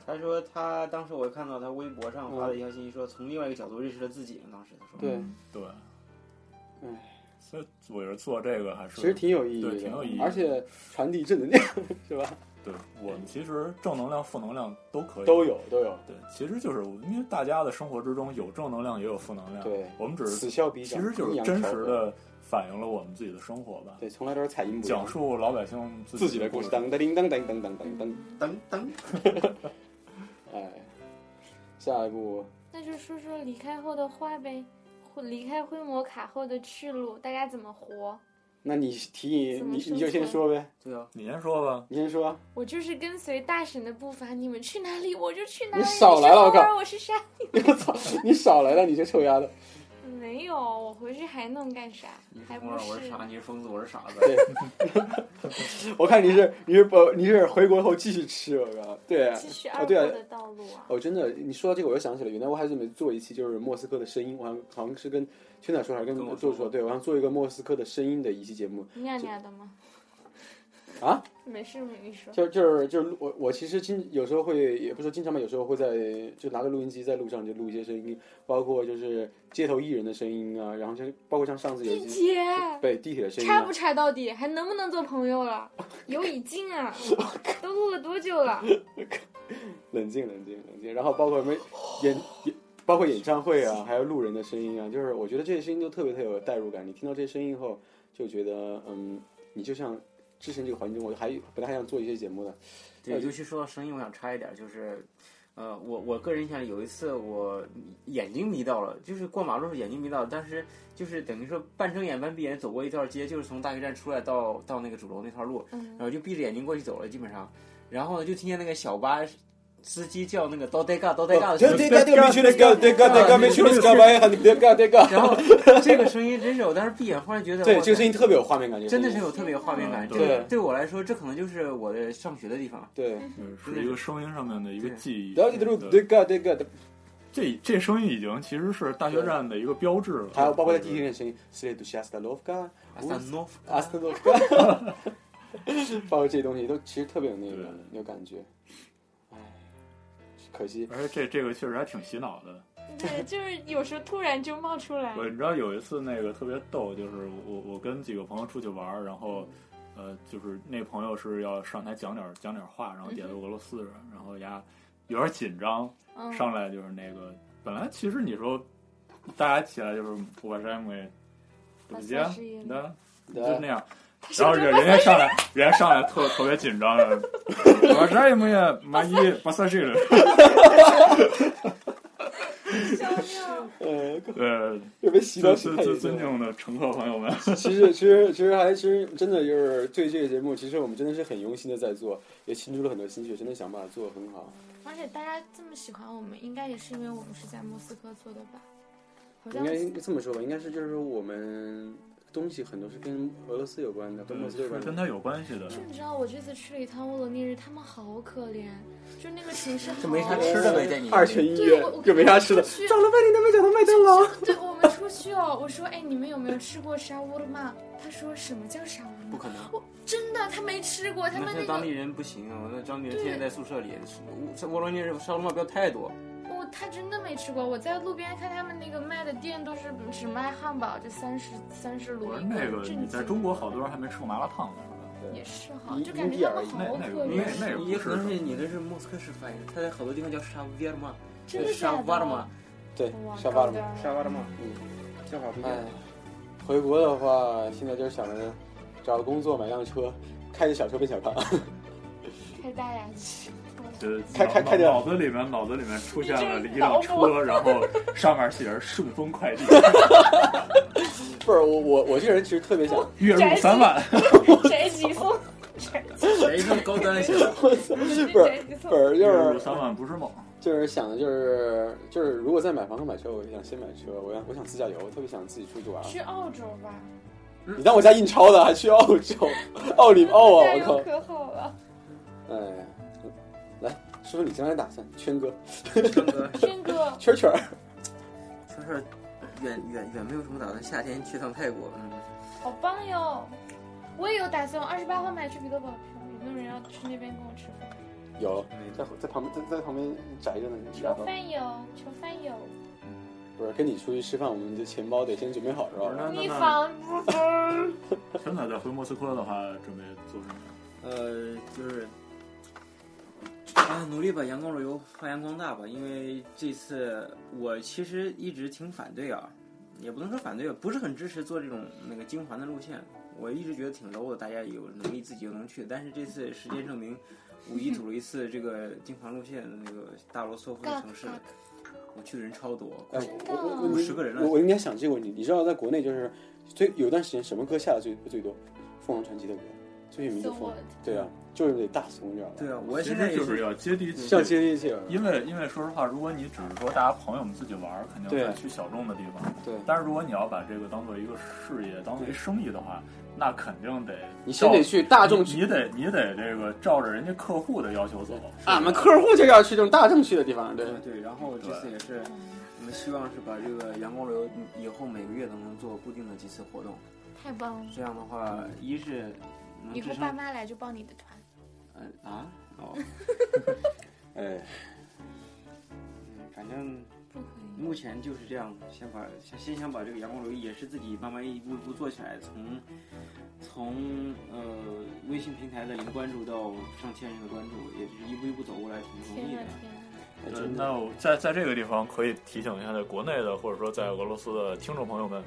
Speaker 6: 他说他当时我看到他微博上发了一条信息，说从另外一个角度认识了自己。当时他说，
Speaker 2: 对，
Speaker 3: 对，
Speaker 2: 唉，
Speaker 3: 所以我觉得做这个还是
Speaker 2: 其实挺有意义的，
Speaker 3: 对挺有意义 的
Speaker 2: 而且传递正能量是吧？
Speaker 3: 对我们其实正能量、负能量都可以，
Speaker 2: 都有都有，
Speaker 3: 对，其实就是因为大家的生活之中有正能量也有负能量，
Speaker 2: 对
Speaker 3: 我们只
Speaker 2: 此
Speaker 3: 是
Speaker 2: 消彼
Speaker 3: 其
Speaker 2: 长，
Speaker 3: 实就
Speaker 2: 阴
Speaker 3: 是
Speaker 2: 阳
Speaker 3: 真
Speaker 2: 调
Speaker 3: 实
Speaker 2: 和，
Speaker 3: 的反映了我们自己的生活吧，
Speaker 2: 对，从来都是采阴补
Speaker 3: 讲
Speaker 2: 阳。
Speaker 3: 述老百姓自
Speaker 2: 自己的故
Speaker 3: 故
Speaker 2: 事，当当叮当当当当当当，
Speaker 6: 等等，
Speaker 2: 哎，下一步
Speaker 5: 那就说说离开后的话呗，或离开灰摩卡后的去路，大家怎么活？
Speaker 2: 那你提议，
Speaker 5: 怎么
Speaker 2: 你
Speaker 5: 生
Speaker 2: 你就先
Speaker 5: 存
Speaker 2: 说呗，
Speaker 6: 对啊，
Speaker 3: 你先说吧，
Speaker 2: 你先说。
Speaker 5: 我就是跟随大神的步伐，你们去哪里我就去哪里。
Speaker 2: 你少来了我
Speaker 5: 你是
Speaker 2: 靠
Speaker 5: 猴儿我是沙。
Speaker 2: 我操，你少来了，你这臭丫头！
Speaker 5: 没有，我回去还能干啥
Speaker 6: 你？是
Speaker 5: 还
Speaker 6: 疯
Speaker 5: 不
Speaker 6: 了，我是
Speaker 5: 是
Speaker 6: 傻，你是疯子，我是傻子。
Speaker 2: 对我看你是你是不你是回国后继续吃，我靠，对啊
Speaker 5: 继续
Speaker 2: 啊
Speaker 5: 二
Speaker 2: 对
Speaker 5: 货
Speaker 2: 啊
Speaker 5: 的道路啊！
Speaker 2: 哦，真的，你说到这个，我又想起来，原来我还准备做一期，就是莫斯科的声音，我好像好像是跟圈仔说，还是
Speaker 6: 跟我
Speaker 2: 跟
Speaker 6: 说
Speaker 2: 做
Speaker 6: 过
Speaker 2: 说，对，我想做一个莫斯科的声音的一期节目，
Speaker 5: 尿尿的吗？
Speaker 2: 啊？
Speaker 5: 没事，没事。
Speaker 2: 就就是就是我我其实经有时候会也不是说经常吧，有时候会在就拿着录音机在路上就录一些声音，包括就是街头艺人的声音啊，然后就是包括像上次有
Speaker 5: 地
Speaker 2: 一期
Speaker 5: 铁
Speaker 2: 对地铁的声音、
Speaker 5: 拆
Speaker 2: 啊
Speaker 5: 不，拆到底，还能不能做朋友 了？有已经啊，都录了多久了？
Speaker 2: 冷静冷静冷静，然后包括什么演演。包括演唱会啊，还有路人的声音啊，就是我觉得这些声音都特别特别有代入感。你听到这些声音以后，就觉得嗯，你就像之前这个环境中，我还本来还想做一些节目的，
Speaker 6: 对，呃尤其说到声音，我想插一点，就是，呃，我我个人印象里有一次我眼睛迷到了，就是过马路时候眼睛迷到了，当时就是等于说半睁眼半闭眼走过一条街，就是从大学站出来到到那个主楼那条路，然
Speaker 5: 嗯，
Speaker 6: 后就闭着眼睛过去走了，基本上，然后呢就听见那个小巴司机叫那个刀带嘎刀
Speaker 3: 哦
Speaker 6: 带嘎的声音。然后 这个声音真是，我当时闭眼忽然觉得，
Speaker 2: 对
Speaker 6: 哇
Speaker 2: 这个
Speaker 6: 塞
Speaker 2: 声音特别有画面感，这个
Speaker 6: 真的是
Speaker 2: 声音
Speaker 6: 有特别有画面
Speaker 3: 嗯
Speaker 6: 感。这个
Speaker 2: 对
Speaker 6: 对我来说，这可能就是我的上学的地方。
Speaker 2: 对。
Speaker 3: 嗯是一个声音上面的一个
Speaker 6: 对
Speaker 3: 记忆，
Speaker 2: 了解的路，对个对个的，
Speaker 3: 这这声音已经其实是大学站的一个标志了，
Speaker 2: 还有包括在地铁里的声
Speaker 3: 嗯
Speaker 2: 音，斯雷杜西阿斯特洛夫卡，
Speaker 6: 阿萨诺夫
Speaker 2: 阿斯特洛夫卡， 包括这些东西都其实特别有那个有感觉。唉，可惜，
Speaker 3: 而且这这个确实还挺洗脑的。
Speaker 5: 对，就是有时候突然就冒出来
Speaker 3: 我。你知道有一次那个特别逗，就是我我跟几个朋友出去玩儿，然后呃，就是那朋友是要上台讲点儿讲点儿话，然后点的俄罗斯人，然后呀有点紧张，
Speaker 5: 嗯，
Speaker 3: 上来就是那个本来其实你说大家起来就是我把山姆给怎么接
Speaker 5: 啊三十一，
Speaker 3: 那
Speaker 2: 对
Speaker 3: 就是那样。然后人人家上来，人家上来特特别紧张 的，我哎这么也蚂蚁巴萨这了，
Speaker 5: 笑尿。
Speaker 2: 呃，
Speaker 3: 呃，
Speaker 2: 又被洗到
Speaker 3: 尊
Speaker 2: 心
Speaker 3: 尊
Speaker 2: 太
Speaker 3: 尊
Speaker 2: 严重了。
Speaker 3: 尊敬的乘客朋 友们，
Speaker 2: 其实，其实，其实还，其实真的就是对这个节目，其实我们真的是很用心的在做，也倾注了很多心血，真的想把它做得很好。
Speaker 5: 而且大家这么喜欢我们，应该也是因为我们是在莫斯科做的吧？好像
Speaker 2: 应该这么说吧，应该是就是说我们东西很多是跟俄罗斯有关的，和莫斯科有
Speaker 3: 是
Speaker 2: 关
Speaker 3: 跟
Speaker 2: 的。
Speaker 3: 他有关系的。
Speaker 5: 就你知道，我这次去了一趟沃罗涅日，他们好可怜，就那个城市
Speaker 6: 就
Speaker 5: 好
Speaker 6: 没啥吃的呗，在你
Speaker 2: 二泉映
Speaker 5: 对
Speaker 2: 月
Speaker 5: 我 我
Speaker 2: 就没啥吃的，
Speaker 5: 出去
Speaker 2: 找了半天都没找到麦当劳。
Speaker 5: 对我们出去哦，我说哎，你们有没有吃过沙窝的嘛？他说什么叫沙窝？
Speaker 6: 不可能。
Speaker 5: 我真的他没吃过，他
Speaker 6: 那
Speaker 5: 们
Speaker 6: 是
Speaker 5: 那
Speaker 6: 当地
Speaker 5: 个
Speaker 6: 人不行啊！那当地人
Speaker 5: 对
Speaker 6: 天天在宿舍里，这沃罗涅日烧麦不要太多。
Speaker 5: 我哦他真的没吃过。我在路边看他们那个卖的店都是嗯只卖汉堡，就三十三十
Speaker 3: 我
Speaker 5: 卢
Speaker 3: 说
Speaker 5: 一
Speaker 3: 那个
Speaker 5: 震
Speaker 3: 你在
Speaker 5: 惊
Speaker 3: 中国好多人还没吃过麻辣烫呢，是
Speaker 5: 也是哈，
Speaker 2: 因
Speaker 5: 就感
Speaker 2: 因
Speaker 5: 觉
Speaker 2: 地
Speaker 5: 他
Speaker 2: 而异
Speaker 5: 们好
Speaker 3: 那那
Speaker 5: 可
Speaker 3: 个
Speaker 6: 因为
Speaker 5: 怜，
Speaker 3: 那个不
Speaker 6: 也可能
Speaker 3: 是
Speaker 6: 是你的是莫斯科式翻译，它在好多地方叫沙维尔玛，
Speaker 5: 真的
Speaker 6: 沙
Speaker 5: 假
Speaker 6: 瓦尔
Speaker 5: 的
Speaker 6: 玛，？
Speaker 2: 对
Speaker 5: 哇，
Speaker 2: 下班了
Speaker 5: 高
Speaker 2: 吗？
Speaker 5: 端
Speaker 6: 沙瓦尔玛，
Speaker 2: 嗯，
Speaker 6: 叫法不一样
Speaker 2: 哎。，回国的话，现在就是想着找个工作，买辆车，开着小车奔小康。
Speaker 5: 太大呀！去
Speaker 3: 就是
Speaker 2: 开开
Speaker 3: 脑
Speaker 2: 开掉
Speaker 3: 脑子里面脑子里面出现了
Speaker 5: 你这
Speaker 3: 一辆
Speaker 5: 脑补
Speaker 3: 车，然后上面写着顺丰快 递，
Speaker 2: 不是我我我这人其实特别想，
Speaker 3: 月入三万。
Speaker 5: 宅急送，宅急
Speaker 6: 谁这么高端的写法？
Speaker 2: 不是
Speaker 5: 送，宅急
Speaker 2: 不
Speaker 5: 送。
Speaker 2: 是就
Speaker 3: 月入
Speaker 2: 是
Speaker 3: 三万不是梦，
Speaker 2: 就就是想的就是就是，如果再买房和买车，我想先买车，我想我想自驾游，特别想自己出去玩。
Speaker 5: 去澳洲吧，
Speaker 2: 你当我家印钞的，还去澳洲？澳里澳啊！我
Speaker 5: 加
Speaker 2: 靠
Speaker 5: 油！可好了。
Speaker 2: 哎，来说说你将来打算，圈哥，
Speaker 6: 圈哥，
Speaker 5: 轩哥，
Speaker 2: 圈圈儿，
Speaker 6: 就是远远远没有什么打算，夏天去趟泰国，嗯，
Speaker 5: 好棒哟！我也有打算，二十八号买去彼得堡吃，有没有人要去那边跟我吃饭？
Speaker 2: 有
Speaker 6: 没
Speaker 2: 在在旁边在在旁边宅着呢，你知道
Speaker 5: 求
Speaker 2: 吗？
Speaker 5: 饭友，求饭友，
Speaker 2: 不是跟你出去吃饭，我们的钱包得先准备好是
Speaker 3: 不是
Speaker 2: 吧？
Speaker 6: 嗯
Speaker 3: 那那
Speaker 5: 以
Speaker 3: 那
Speaker 5: 防不分。
Speaker 3: 现在在回莫斯科的话，准备做什么？
Speaker 6: 呃，就是啊，努力把阳光旅游发扬光大吧。因为这次我其实一直挺反对啊，也不能说反对吧，不是很支持做这种那个京环的路线。我一直觉得挺 low 的，大家有能力自己就能去。但是这次时间证明，五一走了一次这个京环路线的那个大罗索夫的城市，我去的人超多，快
Speaker 2: 哎，我我我
Speaker 6: 五
Speaker 2: 你
Speaker 6: 十个人啊
Speaker 2: 我
Speaker 6: 了。
Speaker 2: 我应该想这个问题，你知道在国内就是最有段时间什么歌下的最最多？凤凰传奇的歌，最有名的
Speaker 5: So
Speaker 2: 凤
Speaker 5: what？，
Speaker 2: 对啊，就是得大怂，你知道吧？
Speaker 6: 对啊，我
Speaker 3: 其
Speaker 6: 现在
Speaker 3: 实
Speaker 6: 也
Speaker 3: 就是要接地气，
Speaker 2: 像接地气儿，
Speaker 3: 因为因为说实话，如果你只是说大家朋友们自己玩儿，肯定
Speaker 2: 对
Speaker 3: 会去小众的地方。
Speaker 2: 对
Speaker 3: 但是如果你要把这个当做一个事业，当做一生意的话，那肯定得
Speaker 2: 你先得
Speaker 3: 照
Speaker 2: 去大众
Speaker 3: 你
Speaker 2: 区
Speaker 3: 你得你得这个照着人家客户的要求走。
Speaker 2: 俺们客户就要去这种大众去的地方，对
Speaker 6: 对呃对，然后这次也是，我们希望是把这个阳光旅游以后每个月都能做固定的几次活动。
Speaker 5: 太棒了！
Speaker 6: 这样的话，一是能
Speaker 5: 以
Speaker 6: 支
Speaker 5: 后爸
Speaker 6: 撑，
Speaker 5: 妈来就报你的团，
Speaker 6: 嗯、啊，哦，
Speaker 2: 哎，
Speaker 6: 嗯反正
Speaker 5: 不可以。
Speaker 6: 目前就是这样，先把先先想把这个阳光旅游也是自己慢慢一步一步做起来，从从呃微信平台的零关注到上千人的关注，也就是一步一步走过来，挺不容
Speaker 5: 天
Speaker 6: 易
Speaker 5: 呐
Speaker 6: 的。
Speaker 5: 天呐，
Speaker 2: 哎
Speaker 3: 对
Speaker 2: 真的
Speaker 3: 那我在在这个地方可以提醒一下，在国内的或者说在俄罗斯的听众朋友们，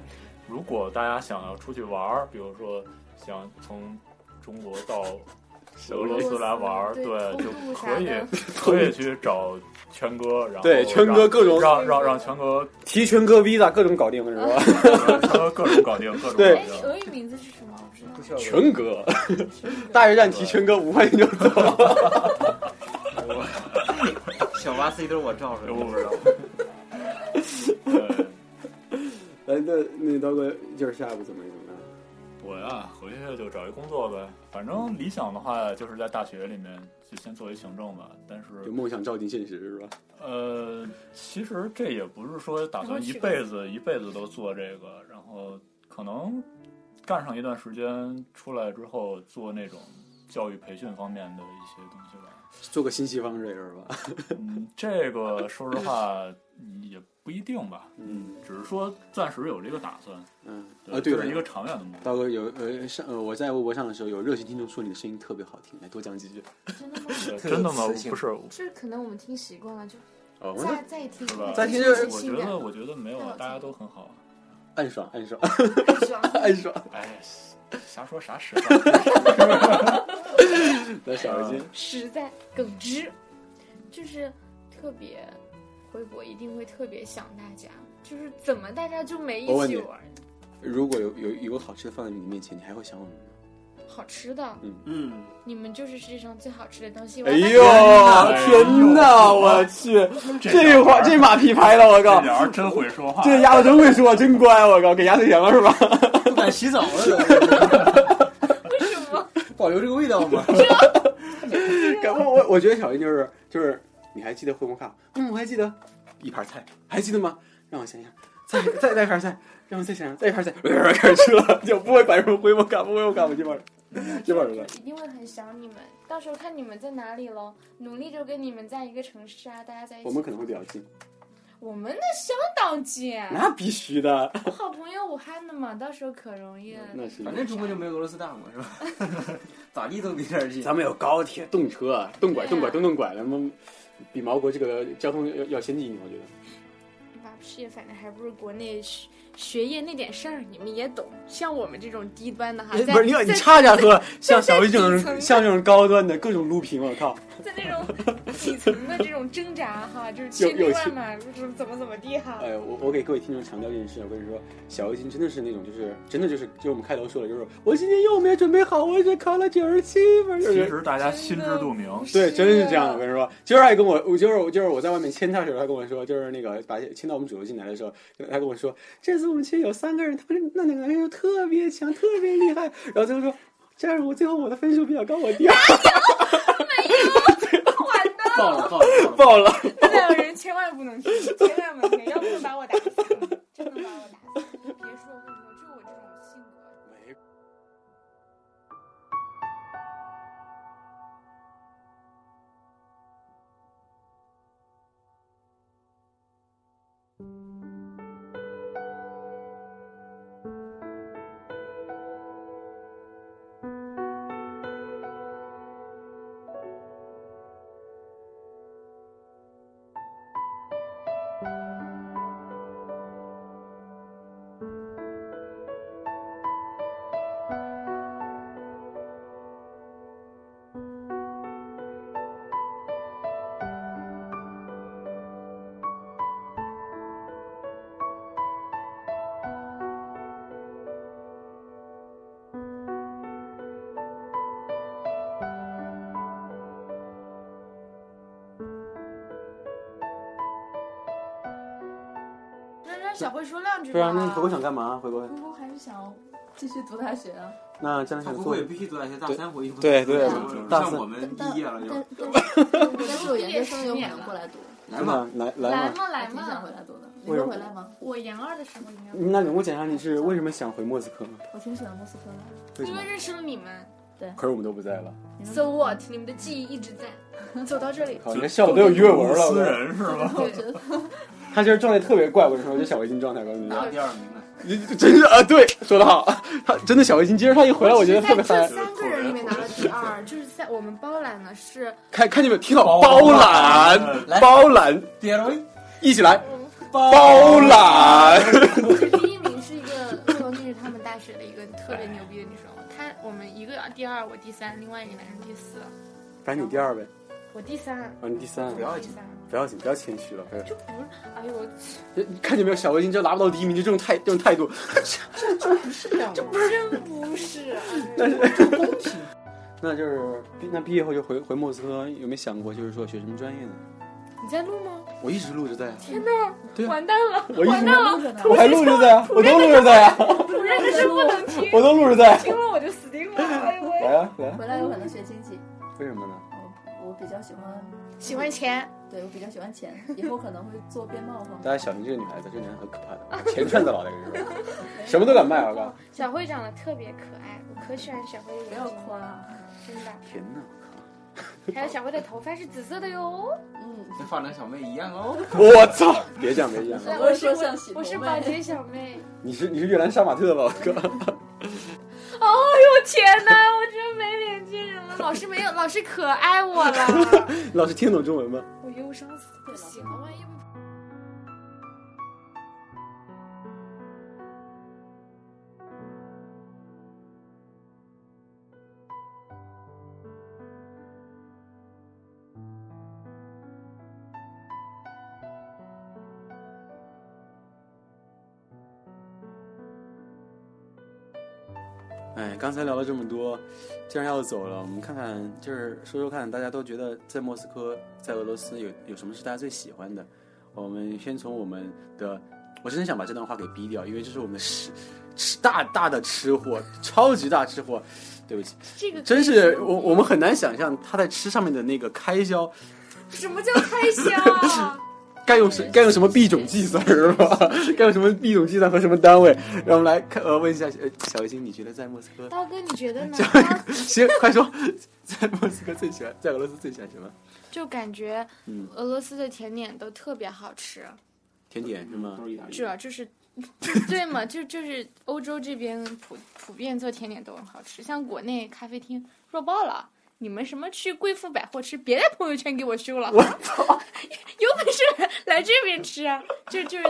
Speaker 3: 如果大家想要出去玩儿，比如说想从中国到俄罗斯来玩儿，
Speaker 5: 对
Speaker 3: 对，
Speaker 5: 徒
Speaker 3: 就
Speaker 5: 步啥
Speaker 3: 可以
Speaker 5: 的
Speaker 3: 可以去找圈哥，然后
Speaker 2: 对圈哥
Speaker 3: 让
Speaker 2: 各种
Speaker 3: 让让让圈哥
Speaker 2: 提全哥 visa 各种搞定是吧？
Speaker 3: 圈哥各种搞定，各种搞
Speaker 2: 对
Speaker 5: 哎，你
Speaker 3: 定。
Speaker 5: 俄语名字是什么？我不知道。
Speaker 6: 不需要
Speaker 2: 全哥，大热战提全哥五块钱就 走，
Speaker 6: 小巴 C 都是我罩着的，
Speaker 3: 我不知道对
Speaker 2: 哎，那那刀哥就是下一步怎么怎么样？
Speaker 3: 我呀，回去就找一工作呗。反正理想的话，就是在大学里面就先做一行政吧。但是
Speaker 2: 就梦想照进现实是吧？
Speaker 3: 呃，其实这也不是说打算一辈子一辈子都做这个，然后可能干上一段时间出来之后做那种教育培训方面的一些东西吧。
Speaker 2: 做个新西方人是吧？
Speaker 3: 嗯，这个说实话也不一定吧，
Speaker 2: 嗯
Speaker 3: 只是说暂时有这个打算，
Speaker 2: 嗯
Speaker 3: 对
Speaker 2: 啊，对
Speaker 3: 这
Speaker 2: 了
Speaker 3: 是一，个长远的目标。
Speaker 2: 刀哥有呃上呃我在微博上的时候，有热心听众说你的声音特别好听，来多讲几句。
Speaker 5: 真的吗？
Speaker 3: 对真的吗
Speaker 6: 特有磁？性
Speaker 3: 不是，
Speaker 5: 就是可能我们听习惯了，就
Speaker 2: 哦，我
Speaker 5: 再再听
Speaker 3: 是吧，
Speaker 2: 再听
Speaker 5: 就
Speaker 2: 就是
Speaker 3: 我
Speaker 5: 性
Speaker 3: 觉
Speaker 5: 感
Speaker 3: 得，我觉得没有啊，大家都很好啊。
Speaker 2: 暗爽暗爽
Speaker 5: 太爽了
Speaker 2: 暗爽。
Speaker 3: 哎呀，瞎说啥实话。
Speaker 2: 来小耳机，
Speaker 5: 实在耿直，就是特别回国一定会特别想大家，就是怎么大家就没
Speaker 2: 我
Speaker 5: 一
Speaker 2: 问你
Speaker 5: 起玩儿？
Speaker 2: 如果有有有个好吃的放在你面前，你还会想我们吗？
Speaker 5: 好吃的，
Speaker 6: 嗯，
Speaker 5: 你们就是世界上最好吃的东西。我
Speaker 2: 哎
Speaker 5: 要把
Speaker 2: 呦，天哪！我去，这
Speaker 6: 哎
Speaker 2: 话这马屁拍了，我
Speaker 3: 这
Speaker 2: 靠！
Speaker 3: 鸟儿真会说话。
Speaker 2: 这丫头真会说，真乖，我靠！给丫头赢了是吧？
Speaker 6: 不敢洗澡 了，
Speaker 5: 为什么？
Speaker 6: 保留这个味道 嘛。
Speaker 2: 感我我我觉得小英就是就是，你还记得回锅卡？嗯，我还记得一盘菜，还记得吗？让我想想，再再再一盘菜，让我再想想，再一盘菜， 开始吃了，就不会管什么回锅卡不回锅卡，我这帮人， 这帮人了。
Speaker 5: 一定会很想你们，到时候看你们在哪里喽，努力就跟你们在一个城市啊，大家在一起。
Speaker 2: 我们可能会比较近，
Speaker 5: 我们那相当近，
Speaker 2: 那必须的，
Speaker 5: 好朋友武汉的嘛，到时候可容易了。
Speaker 2: 那是。
Speaker 6: 反正中国就没有俄罗斯大嘛，是吧？咋地都比这儿近。
Speaker 2: 咱们有高铁、动车、啊动拐、动拐、动动拐，咱们比毛国这个交通要要先进一点，我觉得。
Speaker 5: 吧，事业反正还不如国内学学业那点事儿，你们也懂。像我们这种低端的哈，
Speaker 2: 哎
Speaker 5: 在
Speaker 2: 不是你，你
Speaker 5: 在
Speaker 2: 差点说，像小薇这
Speaker 5: 底层
Speaker 2: 种
Speaker 5: 的
Speaker 2: 像这种高端的各种撸屏，我靠！
Speaker 5: 在那种底层的这种挣扎哈，就是千
Speaker 2: 有
Speaker 5: 军
Speaker 2: 有
Speaker 5: 万马，就是怎么怎么地哈。
Speaker 2: 哎，我我给各位听众强调这件事，我跟你说，小妖精真的是那种，就是真的就是，就我们开头说的，就是我今天又没准备好，我只考了九十七分，就
Speaker 3: 其
Speaker 2: 是
Speaker 3: 实大家心知肚明，
Speaker 2: 对，真是这样的。我
Speaker 5: 的。
Speaker 2: 跟你说，今儿还跟我，我就是我就是我在外面签他的时候，他跟我说，就是那个把签到我们主流进来的时候，他跟我说，这次我们群有三个人，他们那两个人就特别强，特别厉害。然后最后说，这样我最后我的分数比较高，我第 二，
Speaker 5: 完了，
Speaker 6: 爆了爆了爆了！
Speaker 2: 爆了。
Speaker 5: 那两个人千万不能听，千万不能听，要不能把我打死，真的把我打死。别说，我跟你说，就我这种性格。那让小慧说两句吧。
Speaker 2: 不然啊那回国想干嘛？回国
Speaker 7: 不过还是想继续读大学啊。
Speaker 2: 那将来
Speaker 4: 他
Speaker 2: 想
Speaker 4: 不
Speaker 2: 做
Speaker 4: 会也必须读大学，大三回去会
Speaker 2: 对对
Speaker 7: 对
Speaker 2: 大三
Speaker 4: 像我们毕业了就
Speaker 7: 但但但但是我研究生有可能过来读，
Speaker 4: 来
Speaker 2: 真
Speaker 4: 嘛，
Speaker 2: 的来来
Speaker 5: 来
Speaker 2: 嘛？
Speaker 5: 嘛来
Speaker 7: 挺想回
Speaker 5: 嘛，
Speaker 7: 来读的。你
Speaker 2: 为什
Speaker 7: 会
Speaker 2: 么
Speaker 7: 回来吗？
Speaker 5: 我研二的时候应该会，
Speaker 2: 那你给我讲一下你是为什么想回莫斯科吗？
Speaker 7: 我挺喜欢莫斯科
Speaker 2: 为
Speaker 7: 的。
Speaker 2: 什
Speaker 5: 因
Speaker 2: 么
Speaker 5: 为？认识了你们
Speaker 2: 可是我们都不在了，
Speaker 7: 你们
Speaker 5: ，so what？你们的记忆一直在。
Speaker 7: 走到这里，
Speaker 2: 靠，你这笑的都有鱼尾纹了。我跟你
Speaker 3: 私
Speaker 2: 说
Speaker 3: 人是吗？
Speaker 7: 我觉得
Speaker 2: 他今儿状态特别怪，我跟你说，这小围巾状态，我跟你说
Speaker 4: 拿，第二名了。
Speaker 2: 你真是啊，对，说的好，他真的小围巾，今儿他一回来，我觉得特别
Speaker 5: 在
Speaker 2: 嗨
Speaker 5: 这，三个人里面拿了第二，就是在我们包揽的是
Speaker 2: 看看见没有，听到包揽，
Speaker 4: 来
Speaker 2: 包揽，
Speaker 4: 第二位，
Speaker 2: 一起来，包
Speaker 4: 包
Speaker 2: 揽，
Speaker 5: 第一名是一个洛阳电视他们大学的一个特别牛逼的女生，她我们一个第二，我第三，另外一个男生第四，
Speaker 2: 反正你第二呗，
Speaker 5: 我第三，
Speaker 2: 啊，你第三
Speaker 4: 嗯不，要
Speaker 5: 第
Speaker 4: 紧，
Speaker 5: 三，
Speaker 2: 不要紧，不要谦虚了，呃
Speaker 5: 就不是，哎呦，
Speaker 2: 看见没有，小围巾就拿不到第一名，就这种态，这种态度，
Speaker 5: 真不是，哎呦
Speaker 2: 那就是那毕业后就回回莫斯科，有没有想过就是说学什么专业呢？
Speaker 5: 你在录吗？
Speaker 2: 我一直录着在啊，
Speaker 5: 天哪
Speaker 2: 对，啊
Speaker 5: 完蛋了，
Speaker 2: 我一直
Speaker 5: 完蛋了，
Speaker 7: 着呢。
Speaker 2: 我还录着在啊，我都录着在啊，
Speaker 5: 不认识不能听，
Speaker 2: 我都录着在啊，
Speaker 5: 听了我就死定了，哎呦
Speaker 2: 来
Speaker 5: 喂，
Speaker 2: 啊来啊，
Speaker 7: 回来有可能学经济，
Speaker 2: 为什么呢？
Speaker 7: 我我比较喜欢，
Speaker 5: 喜欢钱，
Speaker 7: 对我比较喜欢钱，以后可能会做边贸方
Speaker 2: 大
Speaker 7: 面。
Speaker 2: 家小心这个女孩子，这个女孩子很可怕的，钱串子老的跟你说，什么都敢卖，我告诉你。
Speaker 5: 小慧长得特别可爱，我可喜欢小慧的
Speaker 7: 不
Speaker 5: 眼
Speaker 7: 要
Speaker 5: 睛，
Speaker 7: 夸啊，
Speaker 5: 真的，
Speaker 2: 天哪！
Speaker 5: 还有小慧的头发是紫色的哟。
Speaker 7: 嗯，
Speaker 4: 跟发廊小妹一样哦。
Speaker 2: 我操！别讲别讲，
Speaker 7: 虽然
Speaker 5: 我
Speaker 7: 我
Speaker 5: 是
Speaker 7: 说像喜
Speaker 5: 我是
Speaker 7: 同
Speaker 5: 保
Speaker 7: 妹
Speaker 5: 洁小妹。
Speaker 2: 你是你是越南杀马特吧？我靠！
Speaker 5: 哦呦天哪，我真没脸见人了。老师没有，老师可爱我 了。
Speaker 2: 你老师听得懂中文吗？
Speaker 5: 我忧伤死不行了，万一不
Speaker 2: 哎，刚才聊了这么多，既然要走了，我们看看，就是说说看，大家都觉得在莫斯科，在俄罗斯有有什么是大家最喜欢的？我们先从我们的，我真的想把这段话给逼掉，因为这是我们的吃吃大大的吃货，超级大吃货。对不起，
Speaker 5: 这个
Speaker 2: 真是我我们很难想象他在吃上面的那个开销，
Speaker 5: 什么叫开销？啊
Speaker 2: 该用
Speaker 5: 哎
Speaker 2: 什该用什么币种计算 是吧？该用什么币种计算和什么单位？让我们来看呃问一下呃小星，你觉得在莫斯科？
Speaker 5: 刀哥，你 觉得呢？
Speaker 2: 行，快说， 在莫斯科最喜欢，在俄罗斯最喜欢什么？
Speaker 5: 就感觉
Speaker 2: 嗯，
Speaker 5: 俄罗斯的甜点都特别好吃，
Speaker 2: 甜点是吗
Speaker 4: 都？是意大利
Speaker 5: 主 要就是。啊对嘛，就就是欧洲这边普普遍做甜点都很好吃，像国内咖啡厅弱爆了。你们什么去贵妇百货吃，别在朋友圈给我秀了。我操， 有本事来这边吃啊！就就是，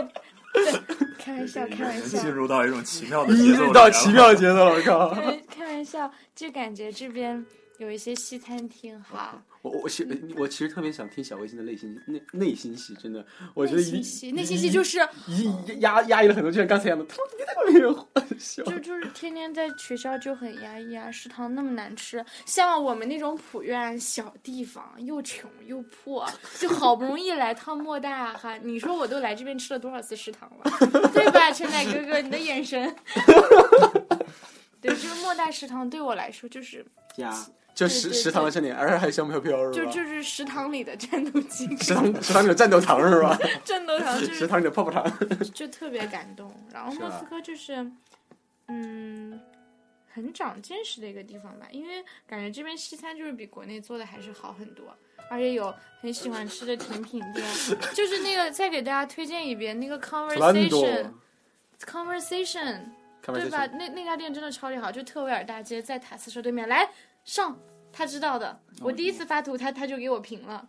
Speaker 5: 对，开玩笑，开玩 笑，
Speaker 3: 进入到一种奇妙的节奏里
Speaker 2: 一
Speaker 3: 面了，
Speaker 2: 到奇妙节奏了，我靠！
Speaker 5: 开玩开玩笑，就感觉这边有一些西餐厅哈，
Speaker 2: 我我其我其实特别想听小卫星的内心内内心戏，真的，我觉
Speaker 5: 内
Speaker 2: 得
Speaker 5: 心
Speaker 2: 一
Speaker 5: 戏，内心戏就是
Speaker 2: 一压压抑了很多，就像刚才一样的，他妈别让我笑。
Speaker 5: 就就是天天在学校就很压抑啊，食堂那么难吃，像我们那种普院小地方，又穷又破，就好不容易来趟莫大哈，你说我都来这边吃了多少次食堂了，对吧，陈仔哥哥，你的眼神。 对，就是莫大食堂对我来说，就是
Speaker 4: 家
Speaker 2: 就
Speaker 5: 对
Speaker 2: 食
Speaker 5: 对
Speaker 2: 食堂的
Speaker 5: 对
Speaker 2: 盛典，而且还有香飘飘是
Speaker 5: 就
Speaker 2: 吧？
Speaker 5: 就是食堂里的战斗机，
Speaker 2: 食堂食堂里有战斗糖是吧？
Speaker 5: 战斗堂哦就是
Speaker 2: 食堂里的泡泡糖，
Speaker 5: 就特别感动。然后
Speaker 2: 是
Speaker 5: 莫
Speaker 2: 吧
Speaker 5: 斯科就是，嗯，很长见识的一个地方吧，因为感觉这边西餐就是比国内做的还是好很多，而且有很喜欢吃的甜品店。就是那个再给大家推荐一遍那个 Conversation
Speaker 2: 多。
Speaker 5: Conversation，
Speaker 2: 开玩
Speaker 5: 对吧
Speaker 2: 笑，？
Speaker 5: 那那家店真的超级好，就特维尔大街，在塔斯社对面。来上，他知道的。我第一次发图，他他就给我评了。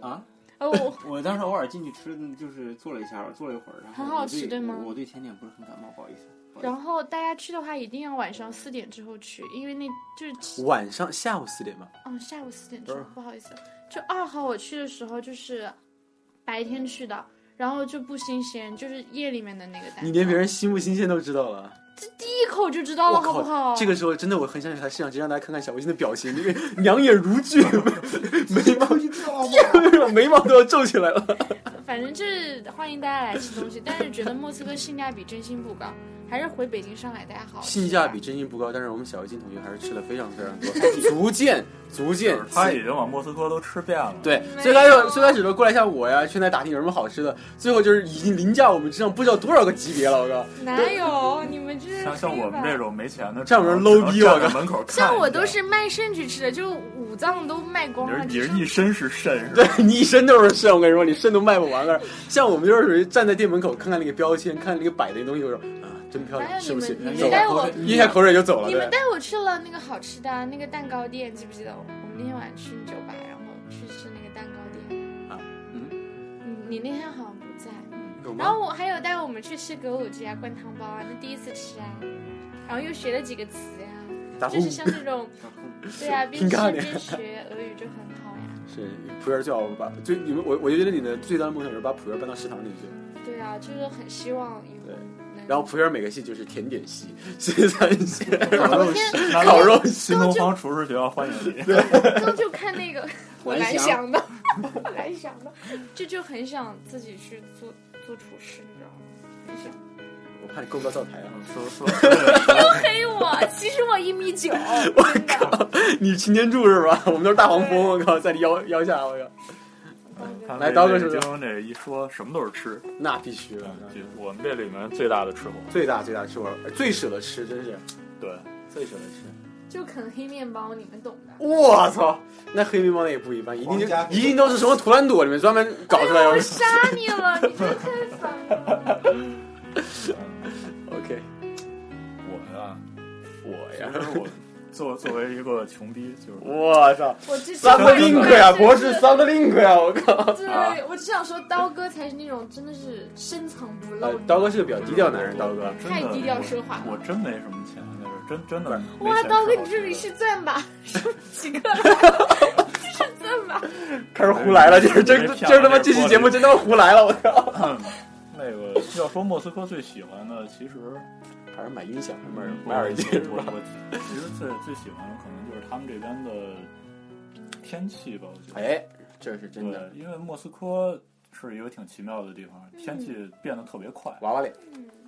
Speaker 4: 啊，
Speaker 5: 哦，我
Speaker 4: 我当时偶尔进去吃，嗯就是坐了一下，坐了一会儿，然后
Speaker 5: 很好
Speaker 4: 我
Speaker 5: 吃对吗
Speaker 4: 我我对甜点不是很感冒，不好意思。
Speaker 5: 然后大家去的话，一定要晚上四点之后去，因为那就是
Speaker 2: 晚上下午四点吧，
Speaker 5: 嗯，下午四点
Speaker 2: 不
Speaker 5: 钟
Speaker 2: 是，
Speaker 5: 不好意思，就二号我去的时候就是白天去的，然后就不新鲜，就是夜里面的那个蛋糕，
Speaker 2: 你连别人新不新鲜都知道了。
Speaker 5: 一口就知道
Speaker 2: 我
Speaker 5: 了，好不
Speaker 2: 靠！
Speaker 5: 好？
Speaker 2: 这个时候真的我很想给他摄像机，让大家看看小卫星的表情，因为两眼如炬， 眉毛 眉毛都要皱起来了。
Speaker 5: 反正就是欢迎大家来吃东西，但是觉得莫斯科性价比真心不高，还是回北京、上海大家好。
Speaker 2: 性价比，真心不高，但是我们小卫星同学还是吃了非常非常多， 足见足见。
Speaker 3: 他已经往莫斯科都吃遍了。
Speaker 2: 对，
Speaker 5: 没
Speaker 2: 最开始
Speaker 5: 有啊
Speaker 2: 最开始都过来像我呀，去那打听有什么好吃的，最后就是已经凌驾我们之上不知道多少个级别了。我靠，
Speaker 5: 哪有你们这是
Speaker 3: 像像我们
Speaker 5: 黑吧
Speaker 3: 这。种没钱的，
Speaker 2: 这样人
Speaker 3: 只能
Speaker 2: low 逼
Speaker 3: 站
Speaker 2: 我
Speaker 3: 在
Speaker 2: 靠
Speaker 3: 门口看一下。
Speaker 5: 像我都是卖肾去吃的，就是五脏都卖光
Speaker 3: 你
Speaker 5: 了
Speaker 3: 是。你
Speaker 5: 就是
Speaker 3: 一身是肾是吧？
Speaker 2: 对 你一身都是肾，我跟你说，你肾都卖不完了。像我们就是属于站在店门口看看那个标签，看那个摆的东西，我说啊，真漂
Speaker 5: 哪
Speaker 2: 亮，
Speaker 5: 有
Speaker 2: 吃
Speaker 5: 你
Speaker 2: 不起
Speaker 5: 们？你
Speaker 2: 走
Speaker 5: 们
Speaker 2: 吧
Speaker 5: 带我
Speaker 2: 咽下口水就走了。
Speaker 5: 你
Speaker 2: 对。
Speaker 5: 们带我去了那个好吃的那个蛋糕店，记不记得？我们那天晚上去酒吧，然后去吃那个蛋糕店。
Speaker 2: 啊，
Speaker 5: 嗯，你你那天好像不在。
Speaker 2: 有
Speaker 5: 然后我还有带我们去吃格鲁吉亚灌汤包啊，那第一次吃啊，然后又学了几个词呀、
Speaker 2: 打呼
Speaker 5: 就是像那种，对 啊，边
Speaker 2: 挺尬
Speaker 5: 吃
Speaker 2: 的
Speaker 5: 边学俄语就很好呀。
Speaker 2: 是普园最好把最你们我我就觉得你的最大的梦想是把普园搬到食堂里去，
Speaker 5: 对啊，就是很希望以后
Speaker 2: 对
Speaker 5: 能。
Speaker 2: 然后普园每个系就是甜点系、西餐系、
Speaker 5: 昨天
Speaker 2: 烤肉系。
Speaker 3: 新东方厨师学校欢迎你。
Speaker 5: 刚就看那个我
Speaker 4: 蓝
Speaker 5: 蓝
Speaker 4: 翔
Speaker 5: 翔的，我蓝翔的，这就很想自己去做做厨师，你知道吗？很想。
Speaker 2: 我怕你够不到灶台啊！
Speaker 3: 说说说
Speaker 5: 黑我，其实我一米 九，真的。
Speaker 2: 你擎天柱是吧？我们都是大黄蜂，我靠，在你腰腰下，我靠，
Speaker 3: 这，
Speaker 2: 来刀哥是不是
Speaker 3: 北京这一说什么都是吃，
Speaker 2: 那必须的。
Speaker 3: 就我嗯们这里面最大的吃货。
Speaker 2: 最大最大吃我最舍得吃，真是
Speaker 3: 对，
Speaker 2: 最舍得吃。
Speaker 5: 就啃黑面包，你们懂的。
Speaker 2: 我操，那黑面包那也不一般，一定就
Speaker 4: 皇家
Speaker 2: 一定都是什么图兰朵里面专门搞出来
Speaker 5: 哎我
Speaker 2: 的。
Speaker 5: 杀你了，你真的太烦了。
Speaker 2: OK，
Speaker 3: 我呀，
Speaker 2: 我
Speaker 3: 其
Speaker 2: 呀，
Speaker 3: 实我作作为一个穷逼，就是
Speaker 2: 我操，
Speaker 5: 我之前
Speaker 2: 桑德林克呀，啊博士
Speaker 5: 真是
Speaker 2: 桑德林克啊呀，我靠。
Speaker 5: 对，我只想说，刀哥才是那种真的是深藏不
Speaker 2: 呃
Speaker 5: 露，，
Speaker 2: 刀哥是个比较低调的男人，刀哥。
Speaker 3: 真的
Speaker 5: 太低调奢华了
Speaker 3: 我真没什么钱，啊就是真真的没钱吃好吃的。
Speaker 5: 哇，刀哥，你这里是钻吧？ 是不是几个了？这是钻吧？
Speaker 2: 开始胡来了，这是真
Speaker 3: 没
Speaker 2: 真
Speaker 3: 票
Speaker 2: 是他妈
Speaker 3: 没
Speaker 2: 这期
Speaker 3: 玻璃
Speaker 2: 节目真他妈胡来了，我操！
Speaker 3: 嗯那个要说莫斯科最喜欢的，其实
Speaker 2: 还是买音响的妹儿，
Speaker 3: 我
Speaker 2: 买耳机是
Speaker 3: 我
Speaker 2: 吧？
Speaker 3: 我其实最最喜欢的可能就是他们这边的天气吧，我觉得。
Speaker 2: 哎，这是真的，
Speaker 3: 对，因为莫斯科是一个挺奇妙的地方，天气变得特别快。
Speaker 2: 娃娃脸，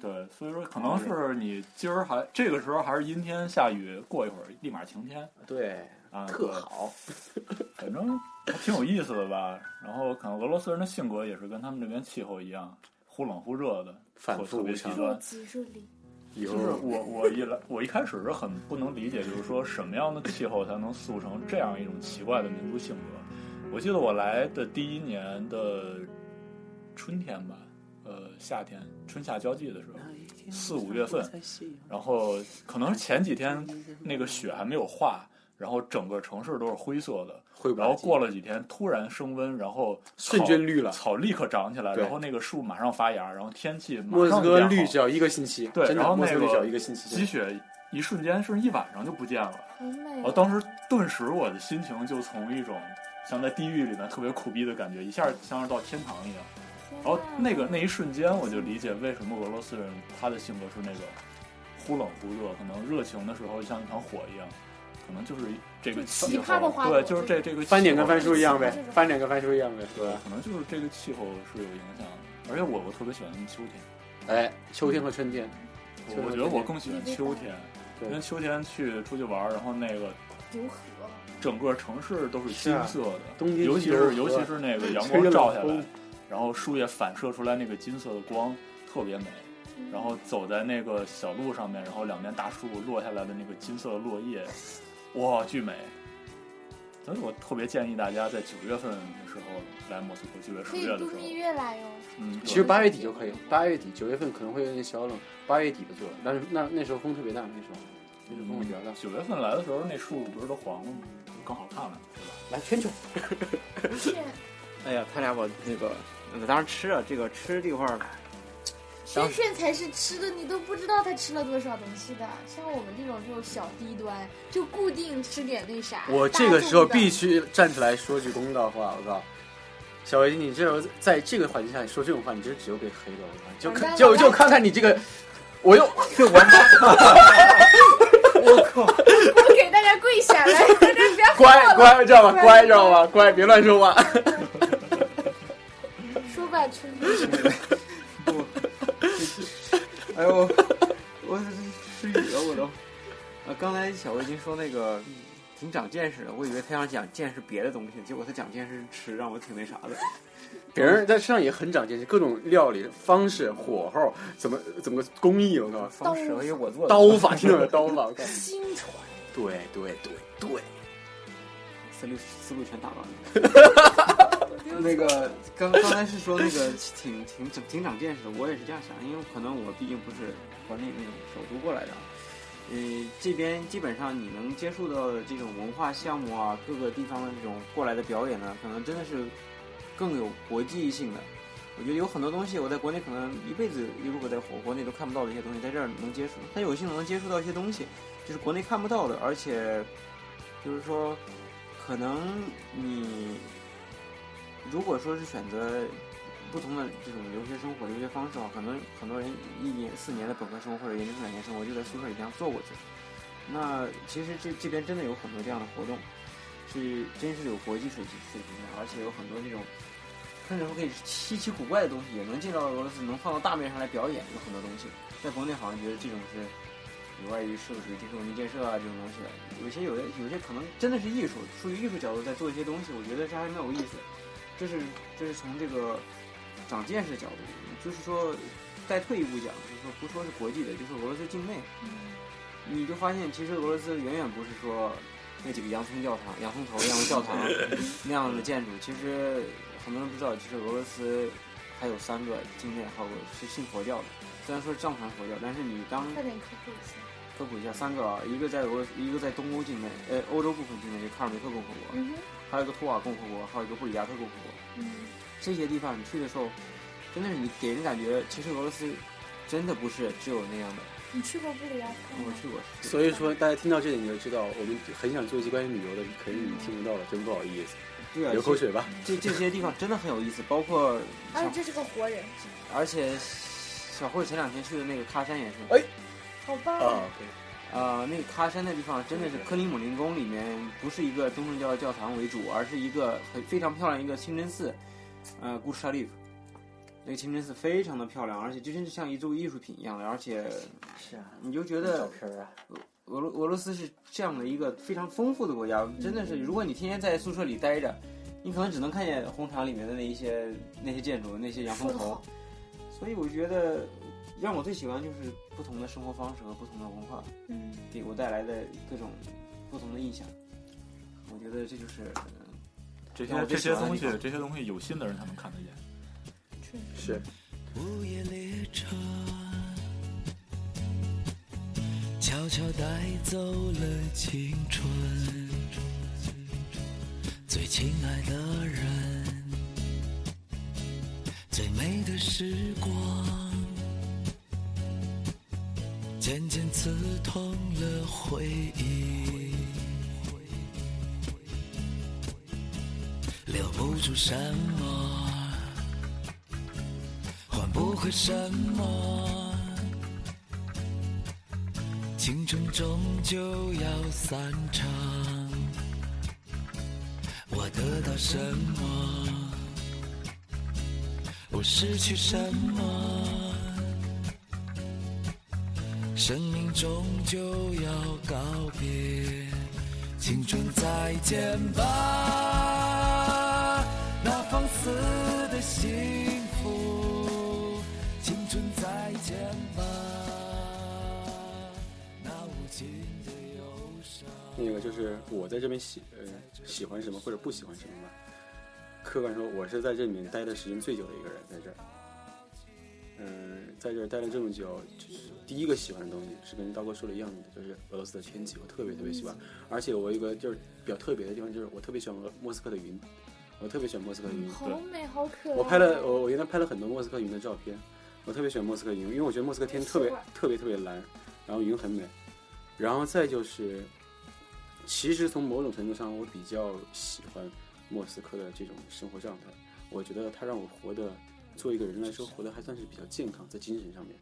Speaker 3: 对，所以说可
Speaker 2: 嗯
Speaker 3: 能是你今儿还这个时候还是阴天下雨，过一会儿立马晴天
Speaker 2: 对，
Speaker 3: 啊，
Speaker 2: 特好。
Speaker 3: 对，反正还挺有意思的吧。然后可能俄罗斯人的性格也是跟他们这边气候一样，忽冷忽热的，
Speaker 2: 反
Speaker 3: 特
Speaker 2: 复
Speaker 3: 特
Speaker 2: 无
Speaker 3: 别极
Speaker 2: 常
Speaker 3: 端。
Speaker 5: 极热力，
Speaker 2: 以后
Speaker 3: 就是我我一来我一开始是很不能理解，就是说什么样的气候才能塑成这样一种奇怪的民族性格？我记得我来的第一年的春天吧，呃，夏天春夏交际的时
Speaker 1: 嗯
Speaker 3: 候，四五月份，然后可能是前几天那个雪还没有化，然后整个城市都是灰色的，
Speaker 2: 会不
Speaker 3: 然后过了几天突然升温，然后草
Speaker 2: 瞬间绿了
Speaker 3: 草立刻长起来，
Speaker 2: 对
Speaker 3: 然后那个树马上发芽，然后天气马
Speaker 2: 莫斯
Speaker 3: 上
Speaker 2: 科
Speaker 3: 变好
Speaker 2: 绿只要一个星期，
Speaker 3: 对
Speaker 2: 真
Speaker 3: 然
Speaker 2: 的
Speaker 3: 后
Speaker 2: 莫斯科
Speaker 3: 那
Speaker 2: 绿
Speaker 3: 个
Speaker 2: 只要一个星期，
Speaker 3: 积雪一瞬间是一晚上就不见了。
Speaker 5: 好美
Speaker 3: 哦我当时顿时我的心情就从一种像在地狱里面特别苦逼的感觉，一下像是到天堂一样。然
Speaker 2: 哦
Speaker 3: 后
Speaker 5: 嗯
Speaker 3: 那个那一瞬间，我就理解为什么俄罗斯人他的性格是那种忽冷忽热，可能热情的时候像一团火一样，可能就是这个
Speaker 5: 就
Speaker 3: 气
Speaker 5: 奇葩的
Speaker 3: 候，
Speaker 5: 花
Speaker 3: 对，
Speaker 5: 朵
Speaker 3: 就是这这个
Speaker 2: 翻脸
Speaker 3: 气
Speaker 2: 跟
Speaker 3: 候
Speaker 2: 翻书一样呗
Speaker 5: 这种，
Speaker 2: 翻脸跟翻书一样呗。
Speaker 3: 对，可能就是这个气候是有影响的。而且我我特别喜欢秋天，
Speaker 2: 哎，秋天和春天，
Speaker 3: 我我觉得我更喜欢秋天，
Speaker 2: 对
Speaker 3: 因为秋天去出去玩儿，然后那个
Speaker 8: 如何？
Speaker 3: 整个城市都是金
Speaker 2: 啊
Speaker 3: 色的，
Speaker 2: 冬天
Speaker 3: 尤其是尤其
Speaker 2: 是
Speaker 3: 是那个阳
Speaker 2: 吹
Speaker 3: 光
Speaker 2: 着
Speaker 3: 照
Speaker 2: 冷
Speaker 3: 下来
Speaker 2: 风，
Speaker 3: 然后树叶反射出来那个金色的光，特别美。
Speaker 5: 嗯
Speaker 3: 然后走在那个小路上面，然后两边大树落下来的那个金色的落叶，哇，巨美！所以我特别建议大家在九月份的时候来莫斯科，九月、
Speaker 5: 可
Speaker 3: 十
Speaker 5: 以
Speaker 3: 月的时
Speaker 5: 度
Speaker 3: 候
Speaker 5: 蜜，月来 哟。
Speaker 3: 嗯，
Speaker 2: 其
Speaker 3: 对
Speaker 2: 实八月底就可以，八月底九月份可能会有点小冷，八月底不错，但是那那时候风特别大，那时候那时候风比较大，
Speaker 3: 九月份来的时候，那树不是都黄了吗？更好看了，对吧？
Speaker 2: 来圈圈。
Speaker 5: 是
Speaker 6: 哎呀，他俩把那个，呃当然吃啊，这个吃这块儿，
Speaker 5: 轩轩才是吃的，你都不知道他吃了多少东西的。像我们这种就小低端，就固定吃点那啥。
Speaker 2: 我这个时候必须站出来说句公道话，我靠！小维，你这时候在这个环境下你说这种话，你这只有被黑了，我靠！就看就就看看你这个，我又就完蛋，
Speaker 5: 我给大家跪下来， 大家不要
Speaker 2: 乖乖，知道吗？乖，知道吗？乖，别乱说话。
Speaker 5: 说吧，春 丽。
Speaker 6: 哎呦，我失语了， 我都。呃，刚才小薇已经说那个挺长见识的，我以为他想讲见识别的东西，结果他讲见识吃，让我挺那啥的。
Speaker 2: 别人在身上也很长见识，各种料理方式、火候，怎么怎么个工艺，我靠！
Speaker 6: 方式，我以为我做的。
Speaker 2: 刀法，听到没有？刀法，我靠！
Speaker 5: 新传
Speaker 2: 对对对对，
Speaker 6: 思路思路全打乱了。 那个刚刚才是说那个挺挺挺挺长见识的，我也是这样想，因为可能我毕竟不是国内那种首都过来的，嗯，这边基本上你能接触到的这种文化项目啊，各个地方的这种过来的表演呢，可能真的是更有国际性的。我觉得有很多东西，我在国内可能一辈子如果在国国内都看不到的一些东西，在这儿能接触。但有幸能接触到一些东西，就是国内看不到的，而且就是说可能你如果说是选择不同的这种留学生活、留学方式的话，可能很多人一年四年的本科生活或者研究生两年生活就在宿舍里这样做过去。那其实这这边真的有很多这样的活动，是真是有国际水平水平的，而且有很多这种甚至说可以稀奇古怪的东西也能进到俄罗斯，能放到大面上来表演，有很多东西。在国内好像觉得这种是有碍于是不是这种文建设啊这种东西，有些有的有些可能真的是艺术，出于艺术角度在做一些东西，我觉得这还蛮有意思。这是这是从这个长见识的角度，就是说再退一步讲，就是说不说是国际的，就是俄罗斯境内，你就发现其实俄罗斯远远不是说那几个洋葱教堂、洋葱头那样的教堂那样的建筑，其实很多人不知道，其实俄罗斯还有三个境内还有是信佛教的，虽然说是藏传佛教，但是你当
Speaker 5: 快点科普一下。
Speaker 6: 科普一下，三个啊，一个在俄罗斯，一个在东欧境内，呃，欧洲部分境内，就卡尔梅克共和国，
Speaker 5: 嗯哼，
Speaker 6: 还有一个图瓦共和国，还有一个布里亚特共和国。
Speaker 5: 嗯，
Speaker 6: 这些地方你去的时候，真的是你给人感觉，其实俄罗斯真的不是只有那样的。
Speaker 5: 你去过布里亚特
Speaker 6: 我
Speaker 5: 吗？
Speaker 6: 去过，
Speaker 2: 所以说大家听到这里你就知道，我们很想做一期关于旅游的，可是你听不到了，真不好意思，
Speaker 6: 对啊，
Speaker 2: 流口水吧。
Speaker 6: 这这这些地方真的很有意思，包括
Speaker 5: 啊
Speaker 6: 像，
Speaker 5: 这是个活人，
Speaker 6: 而且小慧前两天去的那个喀山也是，
Speaker 2: 哎
Speaker 5: 好棒！
Speaker 2: 啊，
Speaker 6: 呃，那个喀山的地方真的是克里姆林宫里面不是一个东正教教堂为主，而是一个很非常漂亮一个清真寺，呃，古沙利夫，那个清真寺非常的漂亮，而且就真是像一座艺术品一样的，而且
Speaker 9: 是啊，
Speaker 6: 你就
Speaker 9: 照
Speaker 6: 觉得
Speaker 9: 片啊，
Speaker 6: 俄罗俄罗斯是这样的一个非常丰富的国家，真的
Speaker 9: 嗯
Speaker 6: 是，如果你天天在宿舍里待着，你可能只能看见红场里面的那一些那些建筑、那些洋葱
Speaker 5: 说得
Speaker 6: 头
Speaker 5: 好。
Speaker 6: 所以我觉得，让我最喜欢就是不同的生活方式和不同的文化
Speaker 5: 嗯，
Speaker 6: 给我带来的各种不同的印象。我觉得这就是
Speaker 4: 嗯
Speaker 3: 这
Speaker 6: 那
Speaker 3: 些
Speaker 6: 我
Speaker 3: 这
Speaker 6: 最
Speaker 3: 些
Speaker 6: 喜欢的
Speaker 3: 东西
Speaker 6: 地，方
Speaker 3: 这些东西有心的人才能看得见。
Speaker 5: 春
Speaker 2: 是
Speaker 1: 午夜列车悄悄带走了青春，最亲爱的人，最美的时光，渐渐刺痛了回忆。留不住什么，换不回什么，青春终究要散场。我得到什么？我失去什么？生命终究要告别，青春再见吧，那放肆的幸福，青春再见吧，那无尽的忧伤。
Speaker 2: 那个就是我在这边喜呃喜欢什么或者不喜欢什么吧。客观说，我是在这里面待的时间最久的一个人，在这儿。嗯、在这儿待了这么久，就是第一个喜欢的东西是跟刀哥说的一样的，就是俄罗斯的天气，我特别特别喜欢。而且我有一个就是比较特别的地方，就是我特别喜欢俄莫斯科的云，我特别喜欢莫斯科的云。
Speaker 5: 好美，好可
Speaker 2: 嗯
Speaker 5: 爱。
Speaker 2: 我拍了，我我原来拍了很多莫斯科云的照片，我特别喜欢莫斯科云，因为我觉得莫斯科天特别特别特别蓝，然后云很美，然后再就是，其实从某种程度上，我比较喜欢莫斯科的这种生活状态，我觉得它让我活得，作为一个人来说，活得还算是比较健康，在精神上面，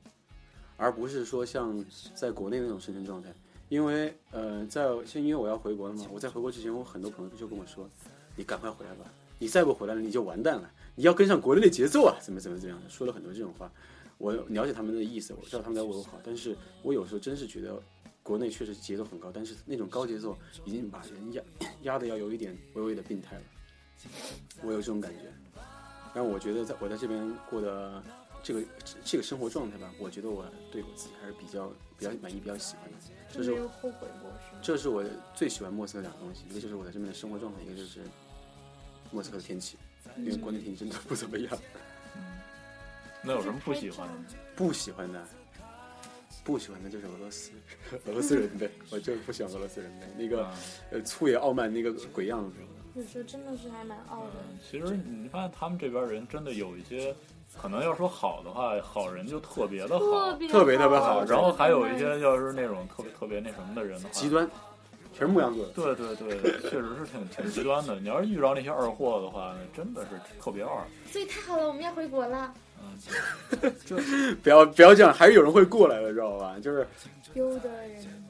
Speaker 2: 而不是说像在国内那种生存状态。因为呃，在现因为我要回国了嘛，我在回国之前，我很多朋友就跟我说，你赶快回来吧，你再不回来了你就完蛋了，你要跟上国内的节奏啊，怎么怎么怎么样，说了很多这种话。我了解他们的意思，我知道他们在为我好，但是我有时候真是觉得国内确实节奏很高，但是那种高节奏已经把人压 压的要有一点微微的病态了，我有这种感觉。但我觉得在我在这边过的这个这个生活状态吧，我觉得我对我自己还是比较比较满意、比较喜欢的。这是
Speaker 5: 没有后悔过是吗？
Speaker 2: 这是我最喜欢莫斯科两个东西，一个就是我在这边的生活状态，一个就是莫斯科的天气，因为国内天气真的不怎么样。
Speaker 3: 那有什么不喜欢的吗？
Speaker 2: 不喜欢的，不喜欢的就是俄罗斯， 俄罗斯人呗，我就是不喜欢俄罗斯人呗，那个
Speaker 3: 啊
Speaker 2: 呃粗野傲慢那个鬼样子。
Speaker 5: 有时候真的是还蛮傲的。
Speaker 3: 嗯其实你发现他们这边人真的有一些，可能要说好的话，好人就特别的好，啊
Speaker 5: 别
Speaker 2: 嗯
Speaker 5: 哎
Speaker 2: 特别特别好
Speaker 3: 然后还有一些要是那种特别特别那什么的人的话，
Speaker 2: 极。端，全是牧羊座的。
Speaker 3: 对对对，确实是挺挺极端的。你要是遇着那些二货的话，真的是特别二。嗯
Speaker 5: 所以太好了，我们要回国了。
Speaker 2: 不要不要这样，还是有人会过来的，知道吧？就是
Speaker 5: 有的人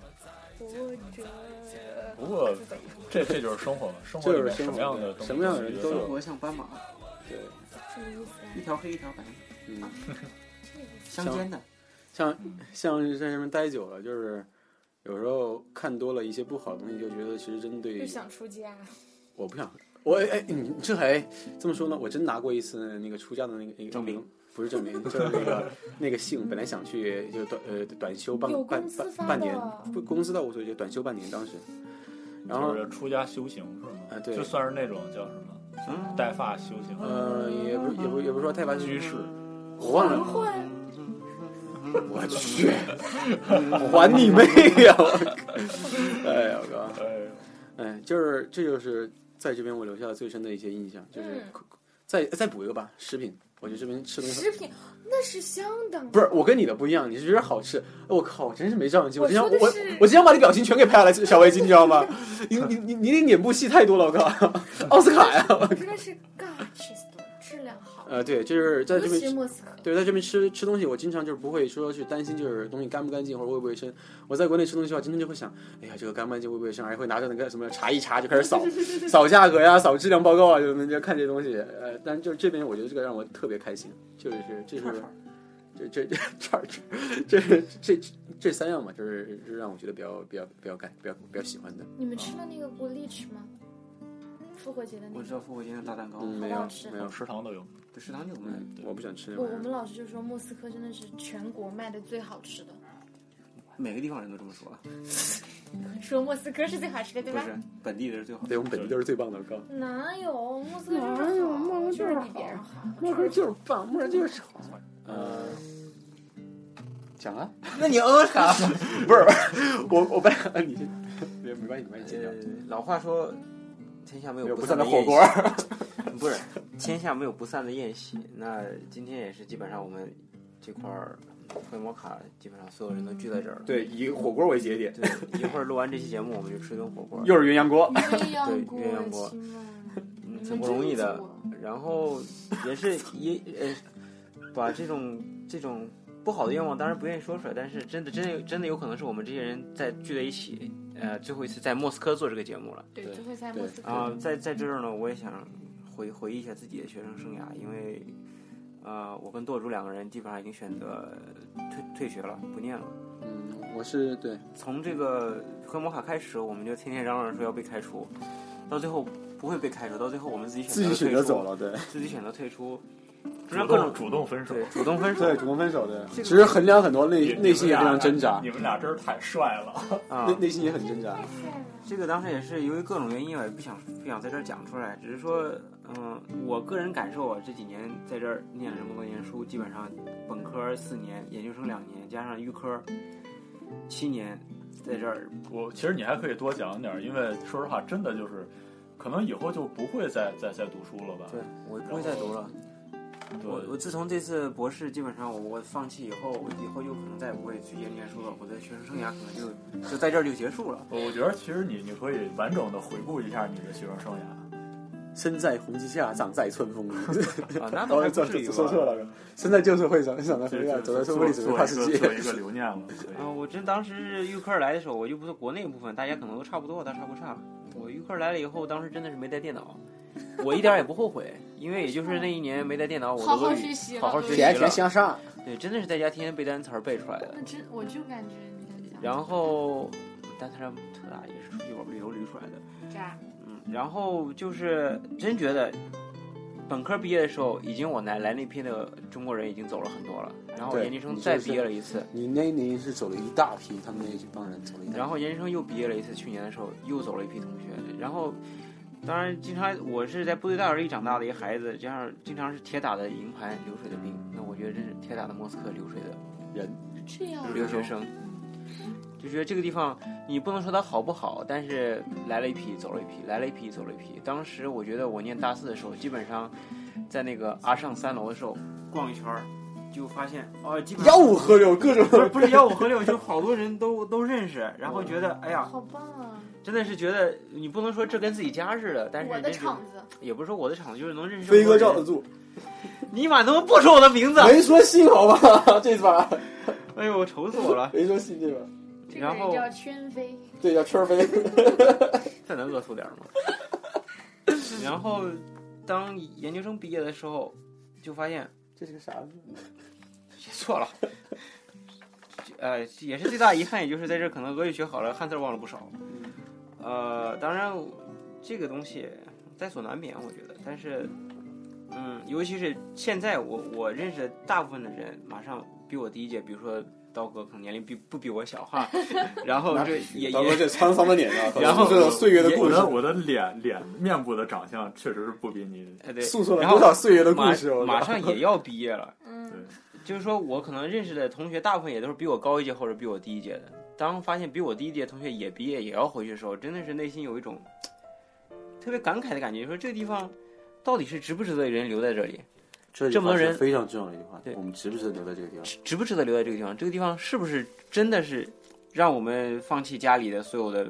Speaker 5: 活着。
Speaker 3: 不过这这就是生活嘛，生活
Speaker 2: 这
Speaker 3: 里
Speaker 2: 就是生
Speaker 3: 面什
Speaker 2: 活
Speaker 3: 么样的东
Speaker 2: 什么样的人都
Speaker 4: 生
Speaker 2: 有
Speaker 4: 活像斑马，
Speaker 2: 对，
Speaker 5: 什么意思啊
Speaker 4: 一？条黑一条白，
Speaker 2: 嗯，
Speaker 4: 相间的。
Speaker 2: 像像是在这边待久了，就是有时候看多了一些不好的东西，就觉得其实针对
Speaker 5: 又想出家，
Speaker 2: 我不想，我哎哎，你这还这么说呢？我真拿过一次那个出家的那个那个
Speaker 4: 证明，
Speaker 2: 不是证明，就是那个那个信，本来想去就短呃短休半
Speaker 5: 有
Speaker 2: 半
Speaker 5: 公司
Speaker 2: 半
Speaker 5: 发的
Speaker 2: 半年，不公司倒无所谓，就短休半年当时。然后
Speaker 3: 就是出家修行是吗？
Speaker 2: 啊对
Speaker 3: 就算是那种叫什么
Speaker 4: 嗯，
Speaker 3: 带发修行，
Speaker 2: 呃，也不也不也不是说太烦
Speaker 3: 居士，
Speaker 2: 我忘了，
Speaker 5: 混
Speaker 2: 我去，还你妹呀！我靠哎呀，我靠，
Speaker 3: 哎呦，
Speaker 2: 哎，就是这就是在这边我留下最深的一些印象，就是、
Speaker 5: 嗯
Speaker 2: 再再补一个吧，食品，我觉得这边吃东西
Speaker 5: 食品，那是相当
Speaker 2: 不是我跟你的不一样，你是觉得好吃，哎我靠，我真是没照相机，我
Speaker 5: 我
Speaker 2: 真想
Speaker 5: 说
Speaker 2: 我
Speaker 5: 的
Speaker 2: 我
Speaker 5: 是
Speaker 2: 我真想把你表情全给拍下来，小围巾，你知道吗？ 你你你你那脸部戏太多了，我靠，奥斯卡呀！
Speaker 5: 我真的是 God 吃多，质量好，
Speaker 2: 呃，对，就是在
Speaker 5: 尤
Speaker 2: 这
Speaker 5: 其
Speaker 2: 边
Speaker 5: 是莫斯科。
Speaker 2: 对，在这边吃吃东西，我经常就是不会说去担心，就是东西干不干净或者卫不卫生。我在国内吃东西的话，经常就会想，哎呀，这个干不干净、卫不卫生，还会拿着那个什么查一查就开始 扫扫价格呀、扫质量报告啊，就就看这东西。呃，但就是这边我觉得这个让我特别开心，就是这是
Speaker 4: 串串
Speaker 2: 这这这串儿这这这这这三样嘛，就是是让我觉得比较比较比较感比较比较喜欢的。
Speaker 5: 你们吃了那个国力吃吗？复活节的那
Speaker 4: 我知
Speaker 5: 个，
Speaker 4: 道复活节的大蛋糕，
Speaker 6: 哦
Speaker 2: 嗯，没
Speaker 5: 好
Speaker 2: 有
Speaker 5: 好吃
Speaker 2: 没有，
Speaker 3: 食堂都有。
Speaker 4: 对，食堂就有卖。
Speaker 2: 嗯，我不想吃那
Speaker 5: 我
Speaker 2: 玩意
Speaker 5: 我
Speaker 2: 儿。
Speaker 5: 们老师就说莫斯科真的是全国卖的最好吃的，
Speaker 4: 每个地方人都这么说，
Speaker 5: 说莫斯科是最好吃的，对
Speaker 4: 不
Speaker 5: 吧？
Speaker 4: 是本地的是最好的。
Speaker 2: 对我们本地都是最棒的，我告诉你，
Speaker 5: 哪有莫斯科就是
Speaker 2: 哪有
Speaker 5: 好
Speaker 2: 莫斯科
Speaker 5: 就
Speaker 2: 就是是
Speaker 5: 比别人好。
Speaker 2: 莫哥就是棒，莫哥就是好。呃，讲啊。
Speaker 4: 那你呃啥？
Speaker 2: 不是，我我本来你先，没没关系，没关系，剪掉。
Speaker 4: 老话说，天
Speaker 6: 呃
Speaker 4: 下没有
Speaker 2: 有
Speaker 4: 不
Speaker 2: 不
Speaker 4: 散
Speaker 2: 散的
Speaker 4: 宴席
Speaker 2: 火 锅，儿，
Speaker 4: 不是，天下没有不散的宴席。那今天也是基本上我们这块儿回摩卡，基本上所有人都聚在这儿了。
Speaker 2: 对，以火锅为节点，
Speaker 4: 对，一会儿录完这期节目，我们就吃顿火锅。
Speaker 2: 又是鸳鸯锅。
Speaker 5: 鸳鸯锅，
Speaker 4: 对鸳鸯锅
Speaker 5: 亲们
Speaker 6: 嗯
Speaker 7: 你
Speaker 6: 挺
Speaker 7: 们
Speaker 6: 不
Speaker 7: 真
Speaker 6: 容易
Speaker 7: 不
Speaker 6: 的
Speaker 7: 错。
Speaker 6: 然后也 是也呃，把这种这种不好的愿望，当然不愿意说出来，但是真的真的真的有可能是我们这些人在聚在一起，呃，最后一次在莫斯科做这个节目了。
Speaker 5: 对，
Speaker 2: 对
Speaker 5: 就会在
Speaker 2: 对
Speaker 5: 莫斯科。
Speaker 6: 啊、在在这儿呢，我也想回回忆一下自己的学生生涯，因为呃，我跟舵主两个人基本上已经选择退退学了，不念了。
Speaker 2: 嗯，我是对，
Speaker 6: 从这个黑魔卡开始，我们就天天嚷嚷说要被开除，到最后不会被开除，到最后我们自己
Speaker 2: 自
Speaker 6: 选
Speaker 2: 己
Speaker 6: 择
Speaker 2: 选
Speaker 6: 退
Speaker 2: 择
Speaker 6: 出，
Speaker 2: 走了，对
Speaker 6: 自己选择退出，中
Speaker 3: 主
Speaker 6: 间各种
Speaker 3: 动主动分手
Speaker 6: 对，主动分手
Speaker 2: 对，主动分手的。
Speaker 6: 这个
Speaker 2: 其实衡量很多，内
Speaker 3: 你
Speaker 2: 内心也非常挣扎
Speaker 3: 你，们俩真是太帅了，
Speaker 6: 啊
Speaker 2: 内，内心也很挣扎。
Speaker 6: 这个当时也是由于各种原因吧，也不想不想在这儿讲出来，只是说，嗯、我个人感受啊，这几年在这儿念了这么多年书，基本上本科四年，研究生两年，加上预科七年，在这儿
Speaker 3: 我其实你还可以多讲点儿，因为说实话，真的就是，可能以后就不会再再再读书了吧？
Speaker 6: 对我不会再读了。我我
Speaker 3: 对，
Speaker 6: 自从这次博士基本上我我放弃以后，我以后就可能再也不会去研念书了，我的学生生涯可能就就在这儿就结束了。
Speaker 3: 我我觉得其实你你可以完整的回顾一下你的学生生 涯，
Speaker 2: 身在红旗下，长在春风。
Speaker 6: 啊，那倒
Speaker 2: 哦，
Speaker 6: 还
Speaker 2: 这
Speaker 6: 不至于
Speaker 2: 这
Speaker 6: 吧。
Speaker 2: 说错了，身在旧社会上，长在
Speaker 3: 就
Speaker 2: 风下，
Speaker 3: 就
Speaker 2: 走在社
Speaker 3: 做
Speaker 2: 会里，走在
Speaker 3: 做一个
Speaker 2: 跨世界
Speaker 3: 做。一个留念了。所以
Speaker 6: 啊、我真当时是预科尔来的时候，我就不是国内部分，大家可能都差不多，大差不差。我预科尔来了以后，当时真的是没带电脑，我一点儿也不后悔，因为也就是那一年没带电脑，我的
Speaker 5: 好好
Speaker 6: 俄语
Speaker 5: 学习了
Speaker 6: 好好
Speaker 5: 俄
Speaker 6: 学
Speaker 5: 语
Speaker 6: 习了。
Speaker 2: 向上，
Speaker 6: 对，真的是在家天天背单词儿背出来的。
Speaker 5: 那真我就感觉你在讲
Speaker 6: 然后，但他特大也是出去玩旅游旅出来的。
Speaker 5: 渣，
Speaker 6: 嗯，然后就是真觉得，本科毕业的时候，已经我来来那批的中国人已经走了很多了，然后
Speaker 2: 对
Speaker 6: 研究生
Speaker 2: 你
Speaker 6: 再
Speaker 2: 就是
Speaker 6: 毕业了一次，
Speaker 2: 你那一年是走了一大批，他们那一帮人走了一大批。
Speaker 6: 然后研究生又毕业了一次，去年的时候又走了一批同学，然后。当然，经常我是在部队大院里长大的一个孩子，加上经常是铁打的营盘，流水的兵。那我觉得真是铁打的莫斯科，流水的
Speaker 5: 这样啊
Speaker 6: 留学生，就觉得这个地方你不能说它好不好，但是来了一批走了一批，来了一批走了一批。当时我觉得我念大四的时候，基本上在那个阿上三楼的时候逛一圈儿，就发现哦，基本
Speaker 2: 吆
Speaker 6: 上
Speaker 2: 五喝六，各种
Speaker 6: 不是不是幺五和六，就好多人都都认识，然后觉得哎呀，
Speaker 5: 好棒啊！
Speaker 6: 真的是觉得你不能说这跟自己家似的，但是
Speaker 5: 我
Speaker 6: 人
Speaker 5: 的
Speaker 6: 家就
Speaker 5: 场子，
Speaker 6: 也不是说我的场子，就是能认识
Speaker 2: 飞哥
Speaker 6: 这
Speaker 2: 罩
Speaker 6: 么
Speaker 2: 得
Speaker 6: 多人。
Speaker 2: 住，
Speaker 6: 尼玛，怎么不说我的名 字？
Speaker 2: 没说信好吧？ 这把
Speaker 6: 哎呦，愁死我了。
Speaker 2: 没说信这把，
Speaker 5: 这个
Speaker 6: 然
Speaker 5: 人
Speaker 6: 后
Speaker 5: 叫圈飞，
Speaker 2: 对，叫圈飞。
Speaker 6: 这能恶俗点儿 吗？然后，当研究生毕业的时候，就发现
Speaker 2: 这是个啥字？
Speaker 6: 写错了，呃，也是最大遗憾，也就是在这儿可能俄语学好了，汉字儿忘了不少。
Speaker 2: 嗯
Speaker 6: 呃，当然，这个东西在所难免，我觉得。但是，嗯，尤其是现在我我认识的大部分的人，马上比我第一届，比如说刀哥，可能年龄比不比我小 哈，然后这也
Speaker 2: 大哥
Speaker 6: 也
Speaker 2: 哦这沧桑的脸啊，
Speaker 6: 然后
Speaker 2: 这种岁月的
Speaker 3: 我
Speaker 2: 故
Speaker 3: 的
Speaker 2: 事，
Speaker 3: 我的脸脸面部的长相确实是不比你
Speaker 6: 呃对，
Speaker 2: 诉 说了
Speaker 6: 然后
Speaker 2: 多少岁月的故
Speaker 6: 马
Speaker 2: 事？我
Speaker 6: 马
Speaker 2: 操
Speaker 6: 上也要毕业了。
Speaker 5: 嗯，
Speaker 6: 就是说我可能认识的同学大部分也都是比我高一届或者比我低一届的。当发现比我低一届同学也毕业也要回去的时候，真的是内心有一种嘖特别感慨的感觉，说这个地方到底是值不值得人留在这里，
Speaker 2: 这
Speaker 6: 这么多人
Speaker 2: 非常重要的一句话
Speaker 6: 对
Speaker 2: 们值不值得留在这个地方？
Speaker 6: 值值不值得留在这个地方，这个地方是不是真的是让我们放弃家里的所有的，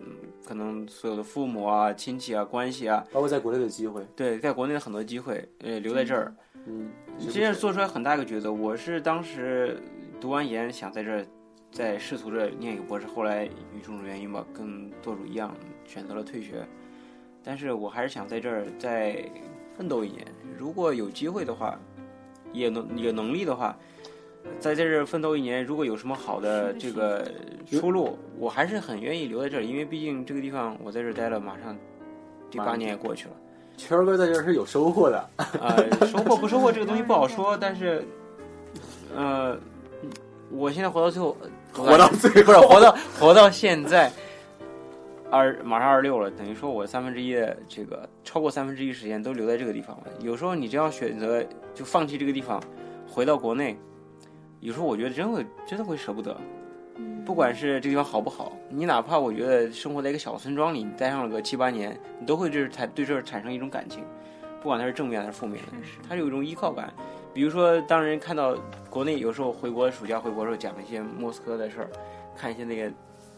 Speaker 6: 嗯可能所有的父母啊、亲戚啊、关系啊，
Speaker 2: 包括在国内的机会，
Speaker 6: 对，在国内的很多机会，呃，留在这儿，
Speaker 2: 嗯，
Speaker 6: 你这是做出来很大一个抉择。我是当时读完研想在这儿再试图着念一个博士，后来与种种原因吧，跟舵主一样选择了退学。但是我还是想在这儿再奋斗一年，如果有机会的话，也能有能力的话，在这儿奋斗一年，如果有什么好的这个出路，我还是很愿意留在这里，因为毕竟这个地方我在这儿待了马上第八年也过去了。
Speaker 2: 圈儿哥在这儿是有收获的，
Speaker 6: 呃，收获不收获这个东西不好说，但是，呃，我现在活到最后，呃
Speaker 2: 活到最
Speaker 6: 不是活到活到现在，二马上二十六了，等于说我三分之一的这个超过三分之一时间都留在这个地方了。有时候你这样选择就放弃这个地方，回到国内，有时候我觉得真会真的会舍不得。
Speaker 5: 嗯
Speaker 6: 不管是这个地方好不好，你哪怕我觉得生活在一个小村庄里，你待上了个七八年，你都会就是产对这儿产生一种感情，不管它是正面还是负面的，它有一种依靠感。比如说，当人看到国内有时候回国暑假回国的时候讲一些莫斯科的事儿，看一些那个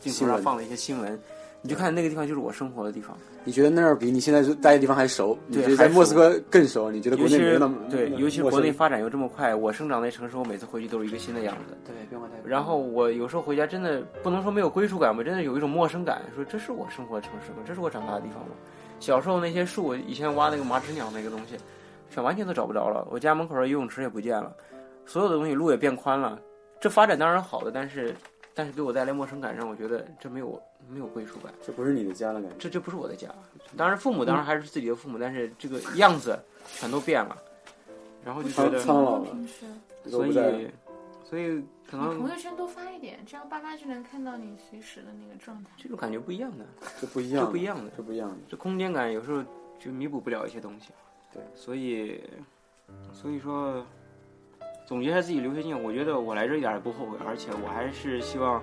Speaker 6: 镜头
Speaker 2: 新
Speaker 6: 上
Speaker 2: 闻
Speaker 6: 放的一些新闻，你就看那个地方就是我生活的地方，
Speaker 2: 你觉得那儿比你现在待的地方还熟？你
Speaker 6: 对
Speaker 2: 觉得在
Speaker 6: 还
Speaker 2: 莫斯科更熟？你觉得
Speaker 6: 尤
Speaker 2: 国
Speaker 6: 其
Speaker 2: 内没有
Speaker 6: 是
Speaker 2: 那么嗯
Speaker 6: 对，
Speaker 2: 那么
Speaker 6: 尤其是
Speaker 2: 陌
Speaker 6: 国
Speaker 2: 生
Speaker 6: 内发展又这么快，我生长那城市，我每次回去都是一个新的样子。
Speaker 2: 对变化太快
Speaker 6: 然后我有时候回家真的不能说没有归属感吧，真的有一种陌生感，说这是我生活的城市吗？这是我长大的地方吗？小时候那些树，以前挖那个麻纸鸟那个东西，全完全都找不着了。我家门口的游泳池也不见了，所有的东西路也变宽了。这发展当然好的，但是但是给我带来陌生感，让我觉得这没有没有归属感，
Speaker 2: 这不是你的家了，感觉。
Speaker 6: 这这不是我的家。当然父母当然还是自己的父母，但是这个样子全都变了，然后就觉得
Speaker 2: 苍老了
Speaker 5: 平时
Speaker 2: 都
Speaker 6: 所
Speaker 2: 不
Speaker 6: 以
Speaker 2: 在了
Speaker 6: 所以可
Speaker 5: 你
Speaker 6: 能
Speaker 5: 朋友圈多发一点，这样爸妈就能看到你随时的那个状态。
Speaker 6: 这种感觉不一样的。
Speaker 2: 这不一
Speaker 6: 这
Speaker 2: 样，
Speaker 6: 不一样的
Speaker 2: 这不一样的。
Speaker 6: 这空间感有时候就弥补不了一些东西。
Speaker 2: 对，
Speaker 6: 所以所以说，总结一下自己留学经验，我觉得我来这一点儿也不后悔，而且我还是希望，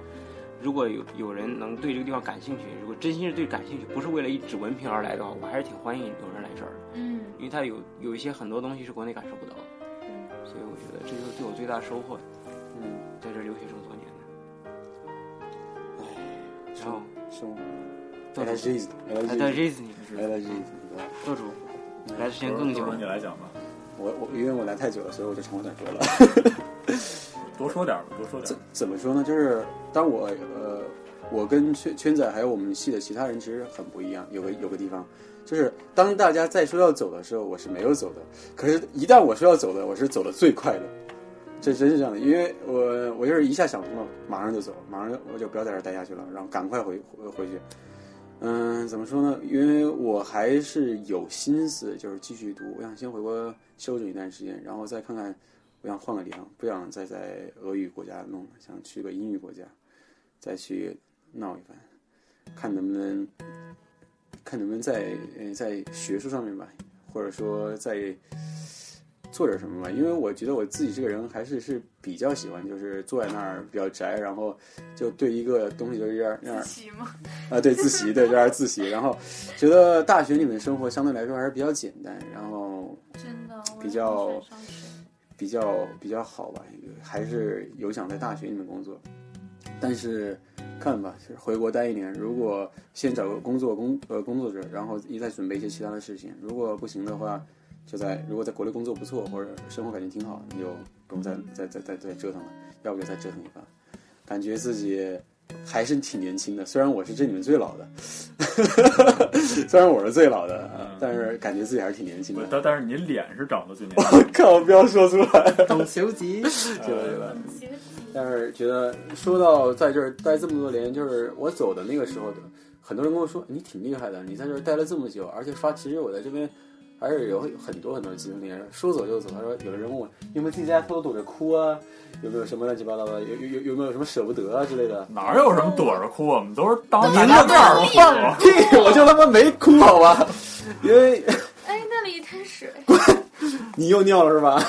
Speaker 6: 如果有有人能对这个地方感兴趣，如果真心是对感兴趣，不是为了一纸文凭而来的话，我还是挺欢迎有人来这儿的，
Speaker 5: 嗯，
Speaker 6: 因为他有有一些很多东西是国内感受不到的，所以我觉得这就是对我最大的收获，
Speaker 2: 嗯，
Speaker 6: 在这留学这么多年的。然后
Speaker 2: 生生活
Speaker 6: 到
Speaker 2: 来了
Speaker 6: 处，
Speaker 2: 日子，来
Speaker 6: 来
Speaker 2: 了
Speaker 6: 到
Speaker 2: 日子，
Speaker 6: 日子，你们知
Speaker 2: 来
Speaker 6: 道，
Speaker 2: 了日子，你知道吧
Speaker 6: 到处来的时间
Speaker 3: 不
Speaker 6: 更
Speaker 3: 是
Speaker 6: 久
Speaker 3: 不
Speaker 6: 了
Speaker 3: 是。你来讲吧，
Speaker 2: 我我因为我来太久了，所以我就长话短说了。
Speaker 3: 多说点儿吧，多说点
Speaker 2: 怎
Speaker 3: 儿。
Speaker 2: 怎么说呢？就是当我呃，我跟圈圈仔还有我们系的其他人其实很不一样。有个有个地方，就是当大家再说要走的时候，我是没有走的。可是，一旦我说要走的，我是走的最快的。这真是这样的，因为我我就是一下想通了，马上就走，马上我就不要在这儿待下去了，然后赶快回回回去。嗯，怎么说呢？因为我还是有心思，就是继续读。我想先回国休整一段时间，然后再看看我想换个地方，不想再在俄语国家弄了，想去个英语国家，再去闹一番，看能不能，看能不能在呃在学术上面吧，或者说在做点什么吧。因为我觉得我自己这个人还是是比较喜欢，就是坐在那儿比较宅，然后就对一个东西就这样那样
Speaker 5: 习吗？
Speaker 2: 啊，对自习，对这样自习，然后觉得大学里面的生活相对来说还是比较简单，然后
Speaker 7: 真的，我
Speaker 2: 比较
Speaker 7: 也很喜欢上学
Speaker 2: 比较比较好吧，还是有想在大学里面工作，但是看吧，就是回国待一年，如果先找个工作工呃工作者，然后一再准备一些其他的事情，如果不行的话，就在如果在国内工作不错或者生活感觉挺好，你就不用再再再再再折腾了，要不就再折腾一番，感觉自己。还是挺年轻的，虽然我是这里面最老的， 虽然我是最老的，啊但是感觉自己还是挺年轻
Speaker 3: 不
Speaker 2: 的。
Speaker 3: 但但是你脸是长得最年轻
Speaker 2: 我靠，不要说出来。
Speaker 6: 懂修集，
Speaker 3: 的，
Speaker 2: 对吧对
Speaker 3: 呃
Speaker 2: 吧？
Speaker 5: 习个习
Speaker 2: 但是觉得说到在这儿待这么多年，就是我走的那个时候的，很多人跟我说你挺厉害的，你在这儿待了这么久，而且发其实我在这边还是有很多很多经历，说走就走。他说有的人问我你有没有自己在偷偷躲着哭啊，有没有什么乱七八糟的，有有有有没有什么舍不得啊之类的。
Speaker 3: 哪有什么躲着哭，我们都是当着大
Speaker 2: 您
Speaker 3: 家
Speaker 2: 的
Speaker 3: 面儿哭。
Speaker 2: 放屁！我就他妈没哭好吧，因为
Speaker 5: 哎，那里一滩水，
Speaker 2: 你又尿了是吧？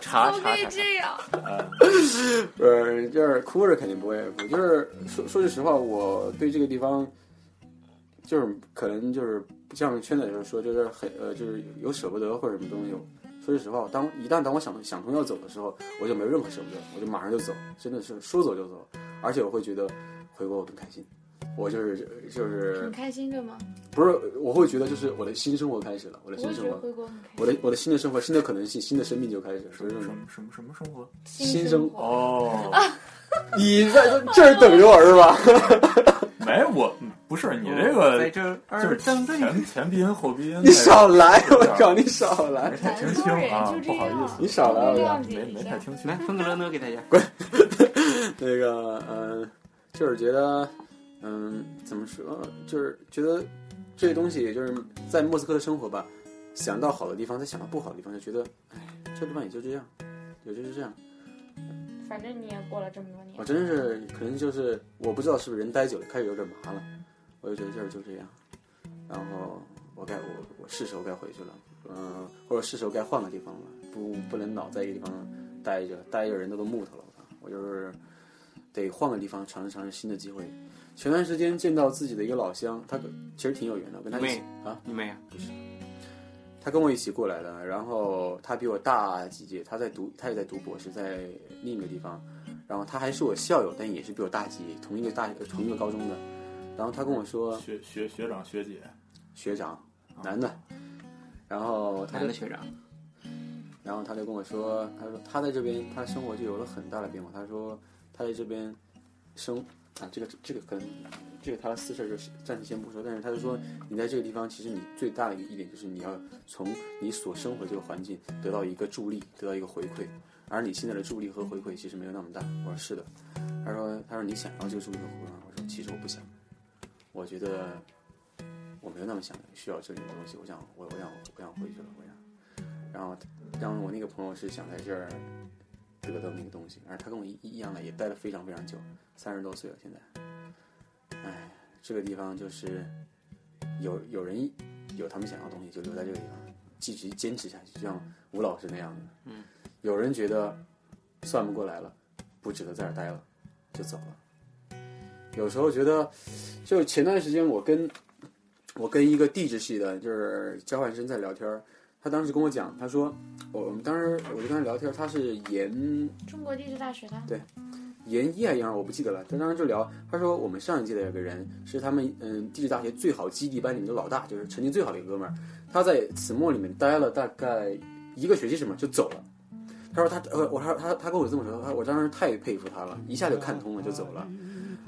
Speaker 6: 查
Speaker 5: 怎么
Speaker 6: 查
Speaker 5: 可以
Speaker 6: 查查，
Speaker 5: 这样？
Speaker 2: 呃，就是哭着肯定不会哭，就是
Speaker 5: 嗯
Speaker 2: 说说句实话，我对这个地方，就是可能就是不像圈仔就是说，就是很呃，就是有舍不得或者什么东西。说句实话，当一旦当我想想通要走的时候，我就没有任何舍不得，我就马上就走，真的是说走就走。而且我会觉得回国我更开心，我就是就是
Speaker 5: 很开心对吗？
Speaker 2: 不是我会觉得就是我的新生活开始了，我的
Speaker 5: 我
Speaker 2: 新
Speaker 5: 也觉
Speaker 2: 生
Speaker 5: 得
Speaker 2: 活，
Speaker 5: 回国很开心。
Speaker 2: 我的我的新的生活，新的可能性，新的生命就开始。所以说
Speaker 3: 什么什么什么生活？
Speaker 2: 新
Speaker 5: 生
Speaker 2: 生
Speaker 5: 活，
Speaker 3: 哦，
Speaker 2: 你在这儿等着我是吧？
Speaker 3: 没我不是你这
Speaker 6: 在
Speaker 3: 个
Speaker 6: 这
Speaker 3: 就
Speaker 6: 儿
Speaker 3: 是
Speaker 6: 等着你。
Speaker 3: 前前鼻音后鼻音，
Speaker 2: 你少来！
Speaker 3: 对
Speaker 2: 我
Speaker 3: 啊
Speaker 2: 靠，你少来！
Speaker 3: 没太听清啊，
Speaker 5: 哎
Speaker 3: 不好意思，
Speaker 2: 你少来我靠
Speaker 3: 没没太听清
Speaker 6: 来。分个乐呢给大 家，
Speaker 2: 那个，嗯、就是觉得，嗯，怎么说？就是觉得这东西就是在莫斯科的生活吧，想到好的地方，再想到不好的地方，就觉得，哎，这地方也就这样，也就是这样。
Speaker 5: 反正你也啊过了这么多年
Speaker 2: 我，真是可能就是我不知道是不是人待久了开始有点麻了，我就觉得这儿就这样，然后我该我我是时候该回去了，嗯、或者是时候该换个地方了，不不能老在一个地方待着，待着人都都木头了，我就是得换个地方尝试尝试新的机会。前段时间见到自己的一个老乡，他其实挺有缘的，我跟他一起啊，
Speaker 6: 你们呀，
Speaker 2: 他跟我一起过来的，然后他比我大几届，他在读，他也在读博士，在另一个地方，然后他还是我校友，但也是比我大几，同一个大同一个高中的，然后他跟我说
Speaker 3: 学学学长学姐，
Speaker 2: 学长，男的，然后他
Speaker 6: 男
Speaker 2: 就
Speaker 6: 的学长，
Speaker 2: 然后他就跟我说，他说他在这边他生活就有了很大的变化。他说他在这边生啊，这个这个可能这个他的私事儿就是暂时先不说，但是他就说你在这个地方，其实你最大的一点就是你要从你所生活这个环境得到一个助力，得到一个回馈，而你现在的助力和回馈其实没有那么大。我说是的，他说他说你想要这个助力和回馈吗，我说其实我不想，我觉得我没有那么想需要这里的东西，我想我我想我想回去了，我想。然后然后我那个朋友是想在这儿得到那个东西，而他跟我一一样的也待了非常非常久，三十多岁了现在。唉，这个地方就是有有人有他们想要的东西就留在这个地方，继续坚持下去，就像吴老师那样的。嗯，有人觉得算不过来了，不值得在这儿待了，就走了。有时候觉得，就前段时间我跟我跟一个地质系的，就是交换生在聊天儿，他当时跟我讲，他说我我们当时我就跟他聊天，他是研
Speaker 5: 中国地质大学的，
Speaker 2: 研一还是啊研二，我不记得了。他当时就聊，他说我们上一届的有个人是他们嗯地质大学最好基地班里面的老大，就是成绩最好的一个哥们儿，他在子墨里面待了大概一个学期什么就走了。他说他呃我他他他跟我这么说，他我当时太佩服他了，一下就看通了就走了。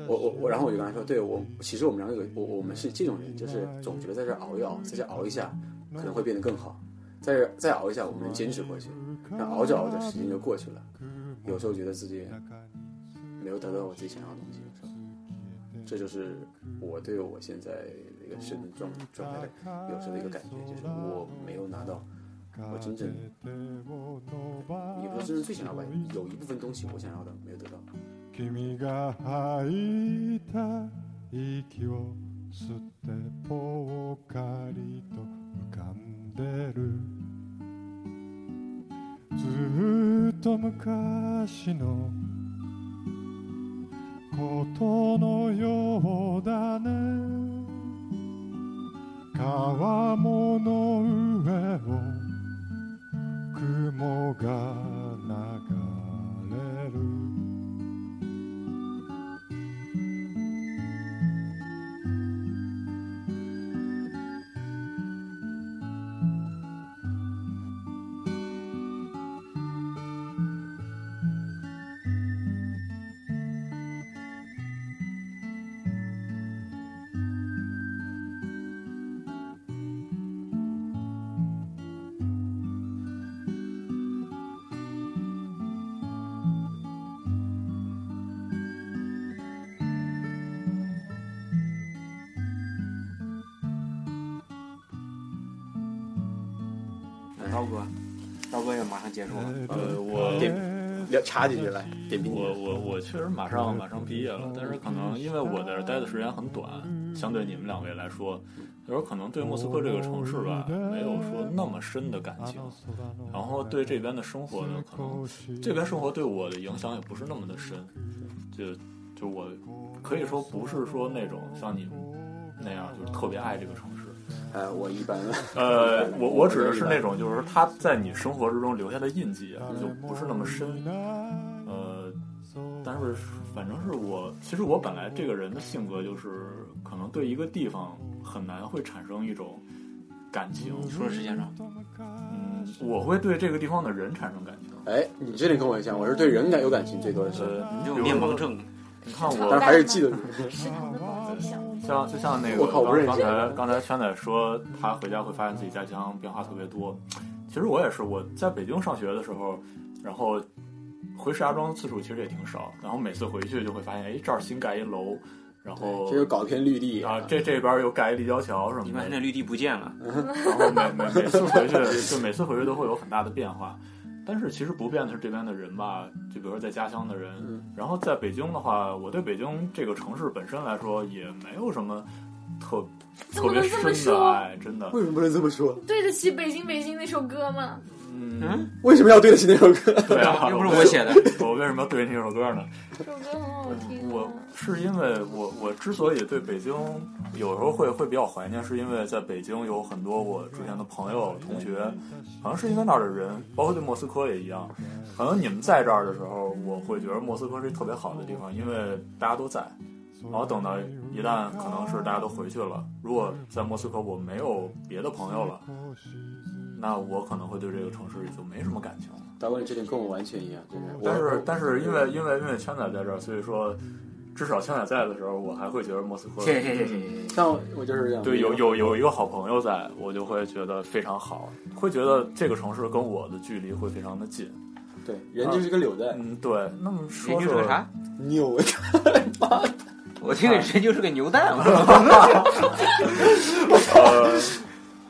Speaker 2: 我我我，然后我就跟他说，对我其实我们两个有我我们是这种人，就是总觉得在这儿熬一熬，在这儿熬一下可能会变得更好，在这儿再熬一下我们能坚持过去，那熬着熬着时
Speaker 1: 哦
Speaker 2: 间就过去了。有时候觉得自己没有得到我自己想要的东西，有时候嗯这就是我对我现在的一个身份状状态的有时候的一个感觉，就是我没有拿到我真正，也不是真正最想要吧，有一部分东西我想要的没有得到。
Speaker 1: 君が吐いた息を吸ってぽっかりと浮かんでるずっと昔のことのようだね川もの上を雲が流れる
Speaker 4: 刀哥，刀哥也马上结束了，
Speaker 3: 呃，我
Speaker 2: 点聊插几句来，点
Speaker 6: 嗯
Speaker 2: 评
Speaker 3: 我
Speaker 2: 你。
Speaker 3: 我我确实马上马上毕业了，但是可能因为我在这儿待的时间很短，相对你们两位来说，有时候可能对莫斯科这个城市吧，没有说那么深的感情，然后对这边的生活呢，可能这边生活对我的影响也不是那么的深，就就我可以说不是说那种像你们那样就是特别爱这个城市。
Speaker 2: 呃，我一般，
Speaker 3: 呃，我我指的是那种，就是他在你生活之中留下的印记啊，就不是那么深。呃，但是反正是我，其实我本来这个人的性格就是，可能对一个地方很难会产生一种感情。
Speaker 6: 说石先生，
Speaker 3: 嗯，我会对这个地方的人产生感情。
Speaker 2: 哎，你这点跟我像，我是对人感有感情最多的是，
Speaker 3: 呃，
Speaker 6: 你
Speaker 3: 比
Speaker 6: 这
Speaker 3: 如
Speaker 6: 有
Speaker 3: 说
Speaker 6: 面盲，症，
Speaker 3: 你看
Speaker 2: 但是
Speaker 3: 我，
Speaker 2: 还是记得你。
Speaker 5: 食堂的包子想
Speaker 3: 像就像那个
Speaker 2: 我靠我不认识
Speaker 3: 刚才刚才圈仔说他回家会发现自己家乡变化特别多，其实我也是，我在北京上学的时候，然后回石家庄次数其实也挺少，然后每次回去就会发现，哎，这儿新盖一楼，然后
Speaker 2: 这就搞一片绿地
Speaker 3: 啊这这边又盖一立交桥什
Speaker 6: 你
Speaker 3: 么
Speaker 6: 发现那
Speaker 3: 的，
Speaker 6: 绿地不见了，
Speaker 3: 然后每每每次回去就每次回去都会有很大的变化。但是其实不变的是这边的人吧，就比如说在家乡的人，
Speaker 2: 嗯
Speaker 3: 然后在北京的话，我对北京这个城市本身来说也没有什么特
Speaker 5: 怎
Speaker 3: 特
Speaker 5: 么
Speaker 3: 别
Speaker 5: 能这么
Speaker 3: 深的
Speaker 5: 说？
Speaker 3: 爱，真的。
Speaker 2: 为什么不能这么说？
Speaker 5: 对得起《北京北京》那首歌吗？
Speaker 3: 嗯，
Speaker 2: 为什么要对得起那首歌？
Speaker 3: 对啊，
Speaker 6: 又不是我写的，
Speaker 3: 我为什么要对那首歌呢？
Speaker 5: 这首歌很好听、
Speaker 3: 嗯我
Speaker 5: 啊。
Speaker 3: 是因为我我之所以对北京有时候会会比较怀念，是因为在北京有很多我之前的朋友同学，好像是因为那儿的人，包括对莫斯科也一样。可能你们在这儿的时候，我会觉得莫斯科是特别好的地方，因为大家都在。然后等到一旦可能是大家都回去了，如果在莫斯科我没有别的朋友了，那我可能会对这个城市也就没什么感情了。
Speaker 2: 大哥，你这点跟我完全一样，真的。我
Speaker 3: 但是但是因为因为因为圈仔在这儿，所以说至少圈仔在的时候，我还会觉得莫斯科嗯
Speaker 6: 谢谢谢谢谢谢。
Speaker 2: 像我就是这样，
Speaker 3: 对有有有一个好朋友在，我就会觉得非常好，会觉得这个城市跟我的距离会非常的近。
Speaker 2: 对人就是个柳带，
Speaker 3: 嗯，对。那么说
Speaker 6: 人
Speaker 3: 啊
Speaker 6: 就是个
Speaker 3: 说
Speaker 6: 啥？
Speaker 2: 扭
Speaker 6: 我听着人就是个牛蛋，我
Speaker 3: 呃，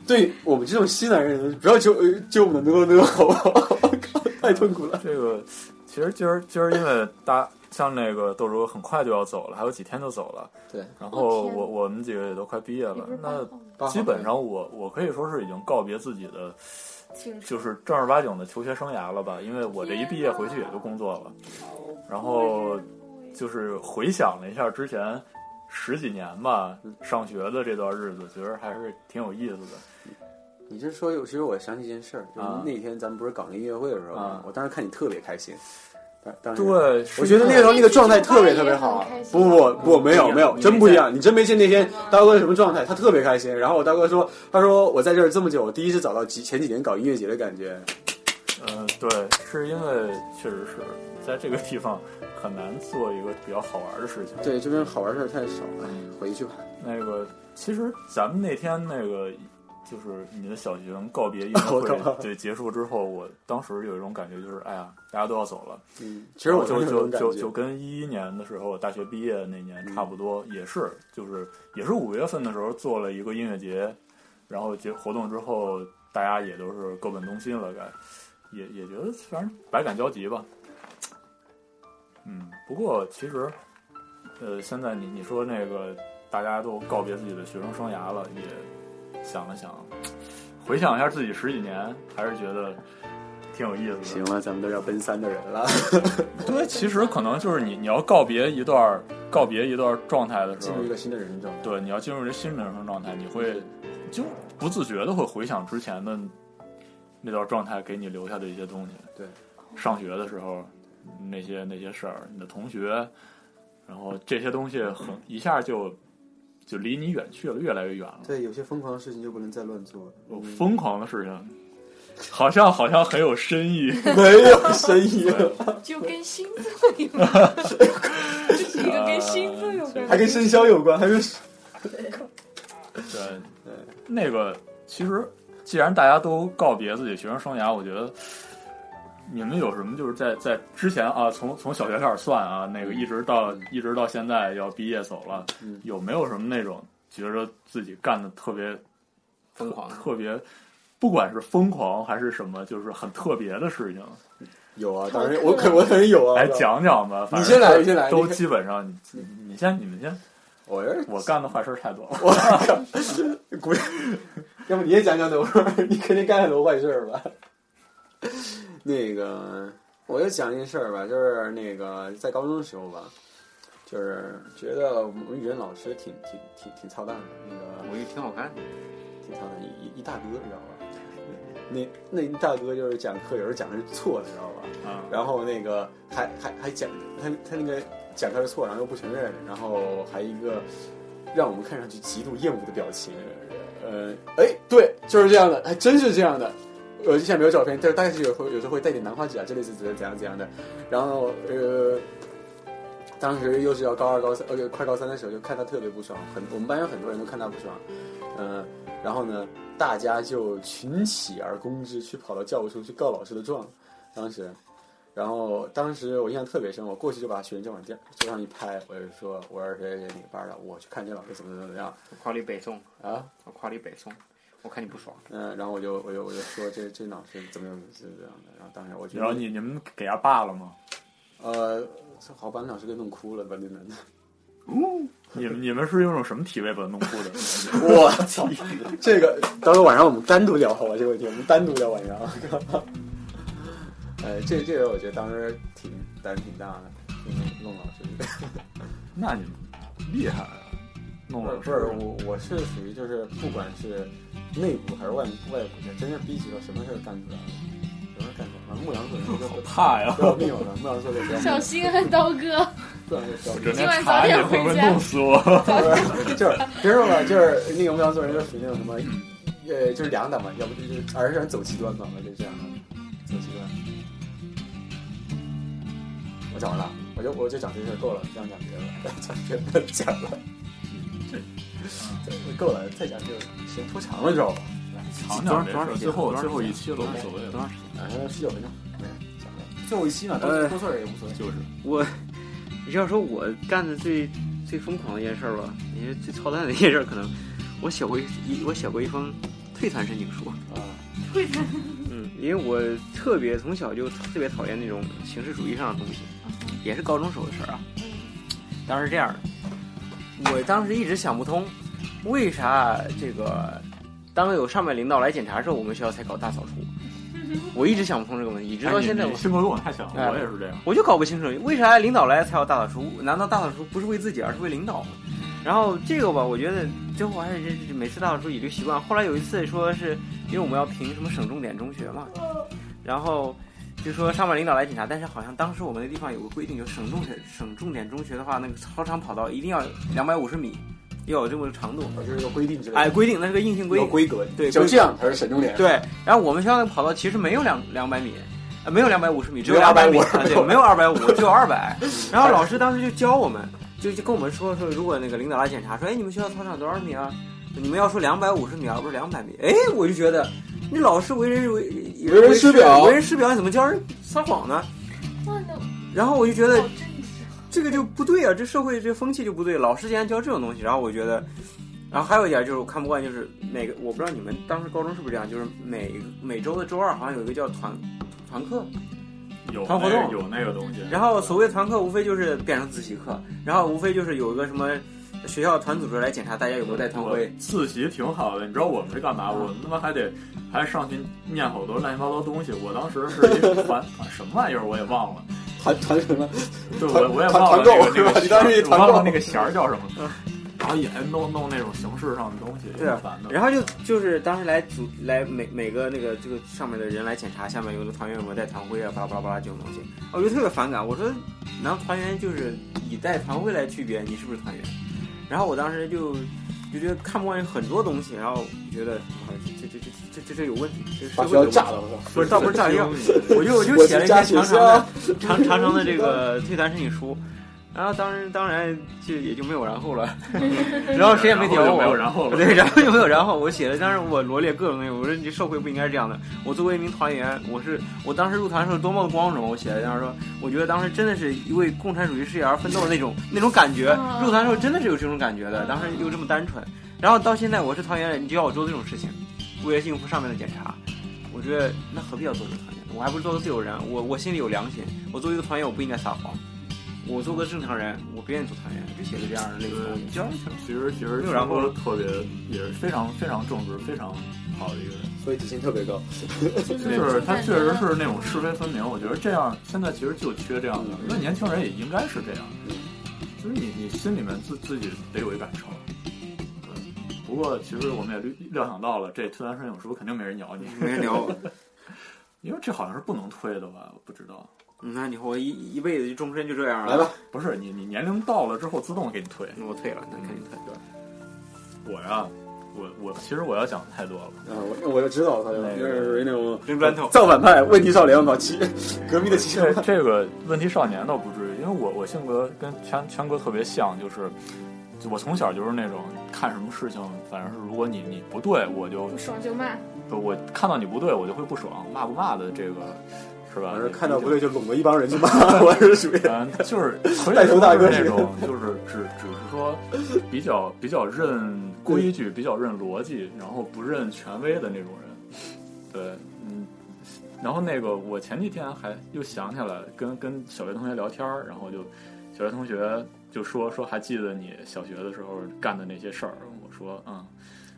Speaker 2: 对我们这种西南人，不要揪呃揪我们的呢呢，好不 好？我靠太痛苦了。
Speaker 3: 这个其实今儿今儿因为大像那个豆主很快就要走了，还有几天就走了。
Speaker 2: 对，
Speaker 3: 然
Speaker 5: 哦
Speaker 3: 后
Speaker 5: 天
Speaker 3: 我我们几个也都快毕业
Speaker 5: 也
Speaker 3: 了
Speaker 5: 不是，八号
Speaker 3: 那
Speaker 5: 吗
Speaker 2: 八号
Speaker 3: 基本上我我可以说是已经告别自己的
Speaker 5: 青春
Speaker 3: 就是正儿八经的求学生涯了吧，因为我这一毕业回去也就工作了，然后就是回想了一下之前十几年吧上学的这段日子，觉得还是挺有意思的。
Speaker 2: 你这说有，其实我想起一件事儿，就是
Speaker 3: 啊
Speaker 2: 那天咱们不是搞那音乐会的时候吗
Speaker 3: 啊，
Speaker 2: 我当时看你特别开心，当当时。
Speaker 3: 对，
Speaker 2: 我觉得那个时候那个状态特别特别好
Speaker 5: 那天其实
Speaker 2: 不
Speaker 5: 我
Speaker 2: 不
Speaker 5: 也很开心
Speaker 2: 不，没有没有，真不一样。你真没见那天大哥什么状态，他特别开心。然后我大哥说，他说我在这儿这么久，我第一次找到几前几年搞音乐节的感觉。
Speaker 3: 嗯、对，是因为确实是在这个地方很难做一个比较好玩的事情。
Speaker 2: 对，这边好玩事儿太少了，回去吧。
Speaker 3: 那个，其实咱们那天那个，就是你的小学生告别音乐
Speaker 2: 我靠
Speaker 3: 会对结束之后，我当时有一种感觉，就是哎呀，大家都要走了。
Speaker 2: 嗯，其实我
Speaker 3: 就
Speaker 2: 这
Speaker 3: 就
Speaker 2: 种感
Speaker 3: 就
Speaker 2: 觉嗯
Speaker 3: 就跟一一年的时候，大学毕业那年差不多，也是就是也是五月份的时候做了一个音乐节，然后结活动之后，大家也都是各奔东西了，该也也觉得反正百感交集吧。嗯，不过其实，呃，现在你你说那个大家都告别自己的学生生涯了，也想了想，回想一下自己十几年，还是觉得挺有意思的。
Speaker 2: 行了，咱们都要奔三的人了。
Speaker 3: 对，其实可能就是你你要告别一段儿告别一段儿状态的时
Speaker 2: 进
Speaker 3: 候
Speaker 2: 入一，个新的人生状态。
Speaker 3: 对，你要进入这新人生状态，你会就不自觉的会回想之前的那段状态给你留下的一些东西。
Speaker 2: 对，
Speaker 3: 上学的时候那些那些事儿，你的同学，然后这些东西很一下就就离你远去了，越来越远了。
Speaker 2: 对，有些疯狂的事情就不能再乱做了。嗯
Speaker 3: 我疯狂的事情，好像好像很有深意。
Speaker 2: 没有深意，
Speaker 5: 就跟星座有 关，这是一个跟星座有关的，
Speaker 2: 还跟生肖有关，还跟
Speaker 3: 对
Speaker 2: 对，
Speaker 3: 那个其实既然大家都告别自己学生生涯，我觉得你们有什么就是在在之前啊，从从小学开始算啊，那个一直到一直到现在要毕业走了，
Speaker 2: 嗯
Speaker 3: 有没有什么那种觉得自己干的特别
Speaker 6: 疯狂
Speaker 3: 特别？不管是疯狂还是什么，就是很特别的事情，
Speaker 2: 有啊，当然我肯我肯定有啊。
Speaker 3: 来，讲讲吧。反
Speaker 2: 你
Speaker 3: 正
Speaker 2: 先来，你先嗯来。
Speaker 3: 都
Speaker 2: 你看
Speaker 3: 基本上，你你你先，你们先。
Speaker 2: 我要是
Speaker 3: 我干的坏事太多了。
Speaker 2: 鼓，要不你也讲讲等会儿，你肯定干很多坏事儿吧？ 那个，我就讲一件事儿吧，就是那个在高中的时候吧，就是觉得我们语文老师挺挺挺挺操蛋的，那个
Speaker 6: 觉得挺好看的。
Speaker 2: 挺操蛋，一一一大哥，你知道吧？那那一大哥就是讲课，有时候讲的是错的，你知道吧？
Speaker 3: 啊，
Speaker 2: 然后那个还还还讲他他那个讲他的错，然后又不承认，然后还一个让我们看上去极度厌恶的表情。呃，哎，对，就是这样的，还真是这样的。我现在没有照片，但是大概是有会有时候会带点兰花指啊之类是怎怎样怎样的。然后呃，当时又是要高二高三呃快高三的时候，就看他特别不爽，很我们班有很多人都看他不爽。嗯、然后呢，大家就群起而攻之，去跑到教务处去告老师的状。当时，然后当时我印象特别深，我过去就把学生证往地桌上一拍，我就说我是谁谁谁哪个班的，我去看这老师怎么怎么怎么样
Speaker 6: 我夸你北宋，
Speaker 2: 啊，
Speaker 6: 我夸你北宋，我看你不爽。
Speaker 2: 嗯、然后我就我就我就说这这老师怎么怎么怎么怎么样的，然后当时我觉
Speaker 3: 然后
Speaker 2: 得
Speaker 3: 你你们给他罢了吗？
Speaker 2: 呃，好把那老师给弄哭了，把那男的，
Speaker 3: 你们你们是用什么体位把它弄哭的？
Speaker 2: 我操，这个到时候晚上我们单独聊好吧这个问题，我们单独聊晚上。呃，这这个我觉得当时挺胆挺大的，就是弄老师。
Speaker 3: 那你厉害啊！弄
Speaker 2: 不是
Speaker 3: 了
Speaker 2: 嗯不是，我我是属于就是不管是内部还是外外部，真是逼急了，什么事儿干出来了，什么事儿干出来了，牧羊座就不
Speaker 3: 怕呀！
Speaker 2: 不要命了，牧羊座就不要命
Speaker 5: 小
Speaker 2: 了，
Speaker 5: 心啊，刀哥，
Speaker 2: 不要命了不要命了
Speaker 3: 整天
Speaker 5: 今晚
Speaker 3: 查
Speaker 5: 早
Speaker 3: 你
Speaker 5: 点
Speaker 3: 会不
Speaker 5: 回
Speaker 3: 会
Speaker 5: 家
Speaker 3: 弄死我？
Speaker 2: 就是别说了，就是那个牧羊座人就属于那种什么，呃，就是两党嘛，要不就就是而是走极端嘛，就这样的，走极端。我讲完了，我就我就讲这事儿够了，不想讲别的了，讲别的不能讲了，这够了，再讲就时间拖长了，知道吧？
Speaker 3: 长
Speaker 6: 多
Speaker 3: 点
Speaker 6: 少
Speaker 3: 没
Speaker 6: 多少
Speaker 3: 事，
Speaker 6: 时间
Speaker 3: 最后
Speaker 6: 多少
Speaker 3: 最后
Speaker 6: 时
Speaker 3: 一
Speaker 6: 间
Speaker 3: 期了，无所谓
Speaker 6: 多
Speaker 3: 了。
Speaker 6: 长时间？
Speaker 2: 哎，十九分钟，没事，讲了。哎最后一期嘛，多
Speaker 6: 呃
Speaker 2: 多说点也无所谓。
Speaker 3: 就是
Speaker 6: 我要说我干的最最疯狂的一件事儿吧，也是最操蛋的一件事，儿，可能我写过一一我写过一封退团申请书。
Speaker 2: 啊，
Speaker 6: 嗯，因为我特别从小就特别讨厌那种形式主义上的东西，也是高中时候的事儿啊。当时是这样的，我当时一直想不通，为啥这个当有上面领导来检查的时候，我们学校才搞大扫除？我一直想不通这个问题，直到
Speaker 3: 哎
Speaker 6: 现在
Speaker 3: 你
Speaker 6: 我
Speaker 3: 你心头跟我太像
Speaker 6: 哎
Speaker 3: 了，我也是这样。
Speaker 6: 我就搞不清楚，为啥领导来才要大扫除？难道大扫除不是为自己，而是为领导吗？然后这个吧，我觉得最后还是每次大扫除也就习惯。后来有一次说是因为我们要评什么省重点中学嘛，然后就说上面领导来检查，但是好像当时我们那地方有个规定，就省重点省重点中学的话，那个操场跑道一定要两百五十米，要有这么个长度。
Speaker 2: 我就是有规定之类的，
Speaker 6: 哎，规定那是个硬性规
Speaker 2: 有
Speaker 6: 定。
Speaker 2: 规格，
Speaker 6: 对
Speaker 2: 就
Speaker 6: 规格
Speaker 2: 这样才是神重点。
Speaker 6: 对，然后我们学校那个跑道其实没有两两百米，呃，没有两百五十米，只
Speaker 2: 没有
Speaker 6: 200米，
Speaker 2: 250
Speaker 6: 啊对，没有二百五，只有二百。 然后老师当时就教我们，就就跟我们说说，如果那个领导来检查，说，哎，你们学校操场多少米啊？你们要说两百五十米而不是两百米，哎，我就觉得那老师为人为
Speaker 2: 为人师表
Speaker 6: 为人师表，你怎么教人撒谎呢？
Speaker 5: 哇，那
Speaker 6: 然后我就觉得
Speaker 5: 好真实。
Speaker 6: 这个就不对啊，这社会这风气就不对，老师竟然教这种东西，然后我觉得，然后还有一点就是我看不惯，就是每个我不知道你们当时高中是不是这样，就是每每周的周二好像有一个叫团团课，
Speaker 3: 有
Speaker 6: 团活
Speaker 3: 那个
Speaker 6: 动
Speaker 3: 有那个东西，
Speaker 6: 然后所谓团课无非就是变成自习课，然后无非就是有一个什么学校团组织来检查大家有没有带团
Speaker 3: 我
Speaker 6: 徽，
Speaker 3: 自习挺好的，你知道我们是干嘛？我他妈还得还上去念好多乱七八糟东西。我当时是一个 团团什么玩意儿，我也忘了。
Speaker 2: 团团什么？
Speaker 3: 对，
Speaker 2: 团
Speaker 3: 我我也
Speaker 2: 团
Speaker 3: 忘了
Speaker 2: 团购
Speaker 3: 那个那
Speaker 2: 是吧
Speaker 3: 个
Speaker 2: 你当时一
Speaker 3: 弦儿，我
Speaker 2: 团购
Speaker 3: 忘了那个弦儿叫什么。然后也弄弄那种形式上的东西，
Speaker 6: 嗯对啊
Speaker 3: 挺烦的。
Speaker 6: 然后就就是当时来组来每每个那个这个上面的人来检查，下面有的团员有没有带团徽啊，巴拉巴拉巴拉这种东西，哦我就特别反感。我说，难道团员就是以带团徽来区别你是不是团员？然后我当时就就觉得看不惯很多东西，然后觉得啊这这这这这这有问题，这
Speaker 2: 把
Speaker 6: 社
Speaker 2: 学
Speaker 6: 会有
Speaker 2: 校炸。
Speaker 6: 问题
Speaker 2: 了！我操！
Speaker 6: 不是，倒不是炸药，我就我就
Speaker 2: 我
Speaker 6: 写了
Speaker 2: 去
Speaker 6: 一
Speaker 2: 炸
Speaker 6: 篇
Speaker 2: 学
Speaker 6: 长
Speaker 2: 校
Speaker 6: 长的、长长长的这个退团申请书，然后当然当然就也就没有然后了， 然后谁也没屌
Speaker 3: 然后就
Speaker 6: 我，
Speaker 3: 没有然后了。
Speaker 6: 对，然后就没有然后，我写了，当时我罗列各种内容，我说你社会不应该是这样的。我作为一名团员，我是我当时入团的时候多么的光荣，我写了，当时说，我觉得当时真的是一为共产主义事业而奋斗的那种那种感觉，
Speaker 5: 啊
Speaker 6: 入团的时候真的是有这种感觉的，当时又这么单纯，然后到现在我是团员了，你就要我做这种事情，为了应付上面的检查，我觉得那何必要做这个团员？我还不是做个自由人，我我心里有良心，我作为一个团员，我不应该撒谎。我做个正常人，我不愿意做团员，就写个这样的类似的东西。
Speaker 3: 对，江其实其实
Speaker 6: 没有然后了
Speaker 3: 特别也是非常非常正直、非常好的一个人。
Speaker 2: 所以底薪特别高。
Speaker 3: 就是他确实是那种是非分明，我觉得这样现在其实就缺这样的，因为年轻人也应该是这样，
Speaker 6: 嗯
Speaker 3: 就是你你心里面自自己得有一杆秤。嗯不过其实我们也料料想到了，这推完申请书肯定没人鸟你，
Speaker 6: 没人聊我。
Speaker 3: 因为这好像是不能推的吧？我不知道，
Speaker 6: 嗯那你我一一辈子就终身就这样了。
Speaker 2: 来吧，，
Speaker 3: 不是你你年龄到了之后自动给你推。
Speaker 6: 那我退了，那肯定退。
Speaker 3: 我呀，我我其实我要讲的太多了，
Speaker 2: 啊，我我就知道他就就是属于那种
Speaker 6: 扔砖头，
Speaker 2: 造反派、问题少年嘛， 骑革命的骑
Speaker 3: 这
Speaker 2: 士。
Speaker 3: 这个问题少年倒不至于，因为我我性格跟全全哥特别像，就是就我从小就是那种看什么事情，反正是如果你你不对，我就
Speaker 5: 不爽就骂，
Speaker 3: 我看到你不对，我就会不爽，骂不骂的这个是吧？
Speaker 2: 反正看到不对就拢了一帮人去骂，我是属 于
Speaker 3: 嗯，就是可以
Speaker 2: 带头大
Speaker 3: 说
Speaker 2: 哥
Speaker 3: 是
Speaker 2: 是
Speaker 3: 那种，就是只只是说比较比较认规矩、比较认逻辑，然后不认权威的那种人。对，嗯。然后那个，我前几天还又想起来跟跟小学同学聊天儿，然后就小学同学就说说还记得你小学的时候干的那些事儿，我说嗯，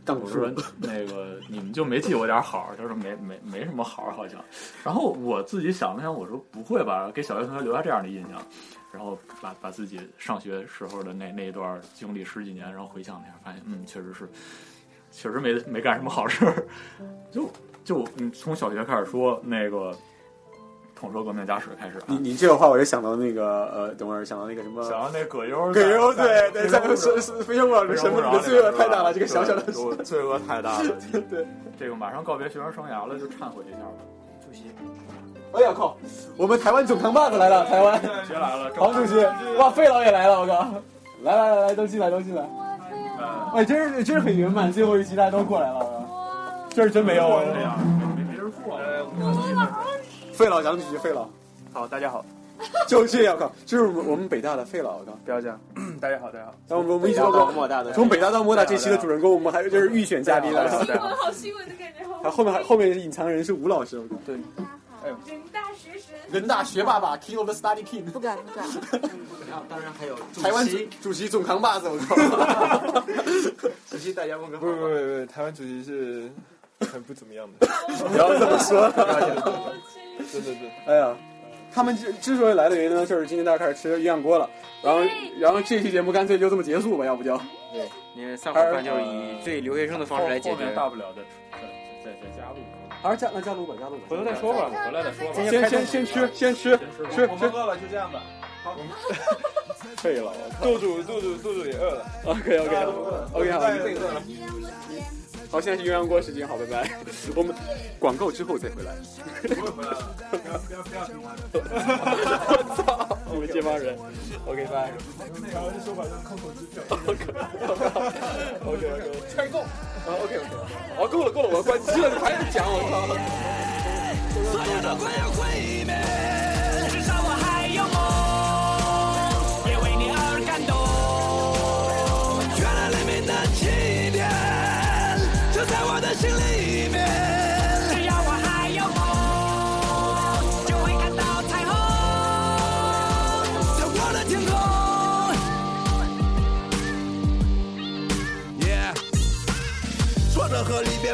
Speaker 2: 当
Speaker 3: 我
Speaker 2: 主
Speaker 3: 说
Speaker 2: 任。
Speaker 3: 那个你们就没记我点好儿，他说没没没什么好儿好像。然后我自己想了想，我说不会吧，给小学同学留下这样的印象。然后把把自己上学时候的那那一段经历十几年，然后回想了一下，发现嗯，确实是，确实没没干什么好事儿。就就嗯，从小学开始说那个统说革命家史开始啊。
Speaker 2: 你你这个话，我就想到那个呃，等会儿想到那个什么，
Speaker 3: 想要那葛优在，
Speaker 2: 葛优对对，在
Speaker 3: 非
Speaker 2: 是
Speaker 3: 诚
Speaker 2: 是非诚勿扰
Speaker 3: 勿
Speaker 2: 之
Speaker 3: 扰
Speaker 2: 神父，你
Speaker 3: 非诚勿扰
Speaker 2: 的
Speaker 3: 里
Speaker 2: 罪恶
Speaker 3: 边
Speaker 2: 太
Speaker 3: 是
Speaker 2: 大
Speaker 3: 吧
Speaker 2: 了，这个小小的
Speaker 3: 对我罪恶太大了，你
Speaker 2: 对。
Speaker 3: 这个马上告别学生生涯了，就忏悔一下吧。
Speaker 6: 主席，
Speaker 2: 哎呀靠！我们台湾总扛把子来了，台湾
Speaker 3: 谁来了？
Speaker 2: 黄主席，哇，费老也来了，我靠！来来来来，都进来都进来！
Speaker 3: 呃，
Speaker 2: 哎，真是真是很圆满，最后一期大家都过来了，我靠这是真没有啊！
Speaker 3: 这样没没人过了。
Speaker 2: 费老讲几句，费老
Speaker 10: 好，大家好，
Speaker 2: 就这样，我靠，就是我们我们北大的费老，我靠！
Speaker 10: 不要这样， 大家好，大家好，
Speaker 2: 然后我们我们一直
Speaker 4: 到
Speaker 2: 都
Speaker 4: 到
Speaker 2: 搞
Speaker 4: 莫大的
Speaker 2: 从北大到莫大这期的主人公，我们还有就是预选嘉宾
Speaker 10: 大家好，
Speaker 2: 了。
Speaker 10: 大家好，
Speaker 5: 好新闻的感觉，
Speaker 2: 然后后面还后面隐藏人是吴老师，我靠！
Speaker 5: 人大学 神。
Speaker 2: 人大学霸吧，King of the Study King，
Speaker 7: 不敢不敢，
Speaker 4: 然后当然还有主
Speaker 2: 台湾主
Speaker 4: 席，
Speaker 2: 主席总扛把子，我靠！
Speaker 4: 主席大家问个
Speaker 10: 不不不
Speaker 4: 好。
Speaker 10: 不，台湾主席是很不怎么样的，
Speaker 2: 不要这么说了。
Speaker 10: 对对对，
Speaker 2: 哎呀，他们之之所以来的原因呢，就是今天大家开始吃鸳鸯锅了，然后然后这期节目干脆就这么结束吧，要不就
Speaker 6: 你看散伙饭就是以最留学生的方式来解
Speaker 3: 后面
Speaker 6: 决。
Speaker 3: 大不了再再再再加入，
Speaker 2: 还是加那加卤吧，加卤吧，
Speaker 10: 回头再说吧，
Speaker 3: 回来再说吧。
Speaker 2: 先先先吃先吃
Speaker 3: 先吃吧。
Speaker 2: 吃
Speaker 10: 我们
Speaker 2: 吃
Speaker 10: 饿了就这样吧，
Speaker 2: 废了，
Speaker 3: 啊
Speaker 2: 我
Speaker 10: 肚主肚主肚主也饿了，
Speaker 2: 靠，OK OK
Speaker 10: 饿
Speaker 2: OK 好，
Speaker 10: 太饿了，
Speaker 2: 好，现在是鸳鸯锅时间，好，拜拜， 我们广告之后再回来。
Speaker 10: 不会回来了，不要不要不要听他的，
Speaker 2: 我操，你们这帮人，OK 拜
Speaker 10: 台湾说法就是空口支票。
Speaker 2: ，OK OK，快够，啊 OK OK，好够了够了，我要关机了，你还在讲，我操。
Speaker 11: 所有的快要毁灭，至少我还有梦，也为你而感动。原来黎明的起点就在我的心里面，只要我还有梦，就会看到彩虹，在我的天空。Yeah。说着和离别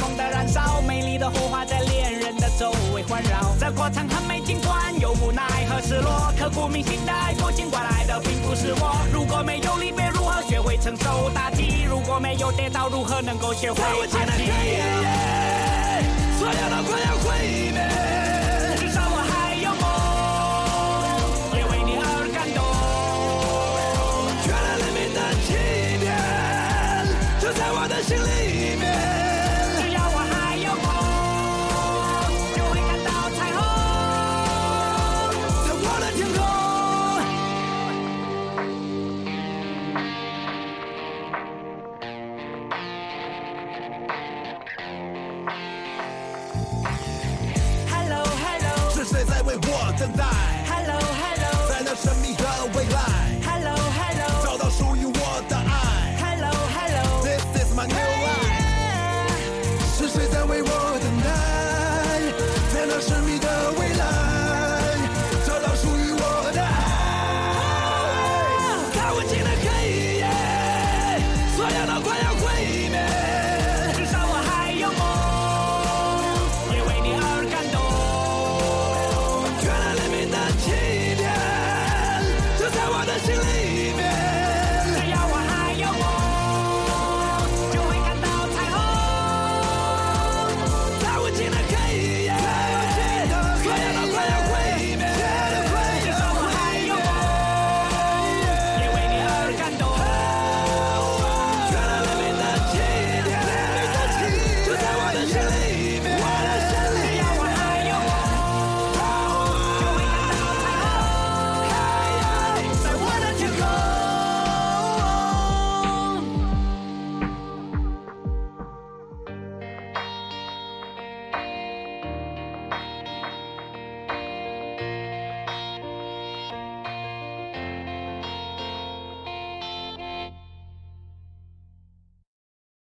Speaker 11: 猛的燃烧，美丽的火花在恋人的周围环绕。这过程很美，尽管有无奈和失落，刻骨铭心的爱过，尽管来的并不是我。如果没有离别，如何学会承受打击？如果没有跌倒，如何能够学会爬起？所有的快要毁灭，至少我还有梦，也为你而感动。原来黎明的起点就在我的心里面。只要我还有梦，就会看到彩虹，在我的天空。Hello Hello，是谁在为我等待？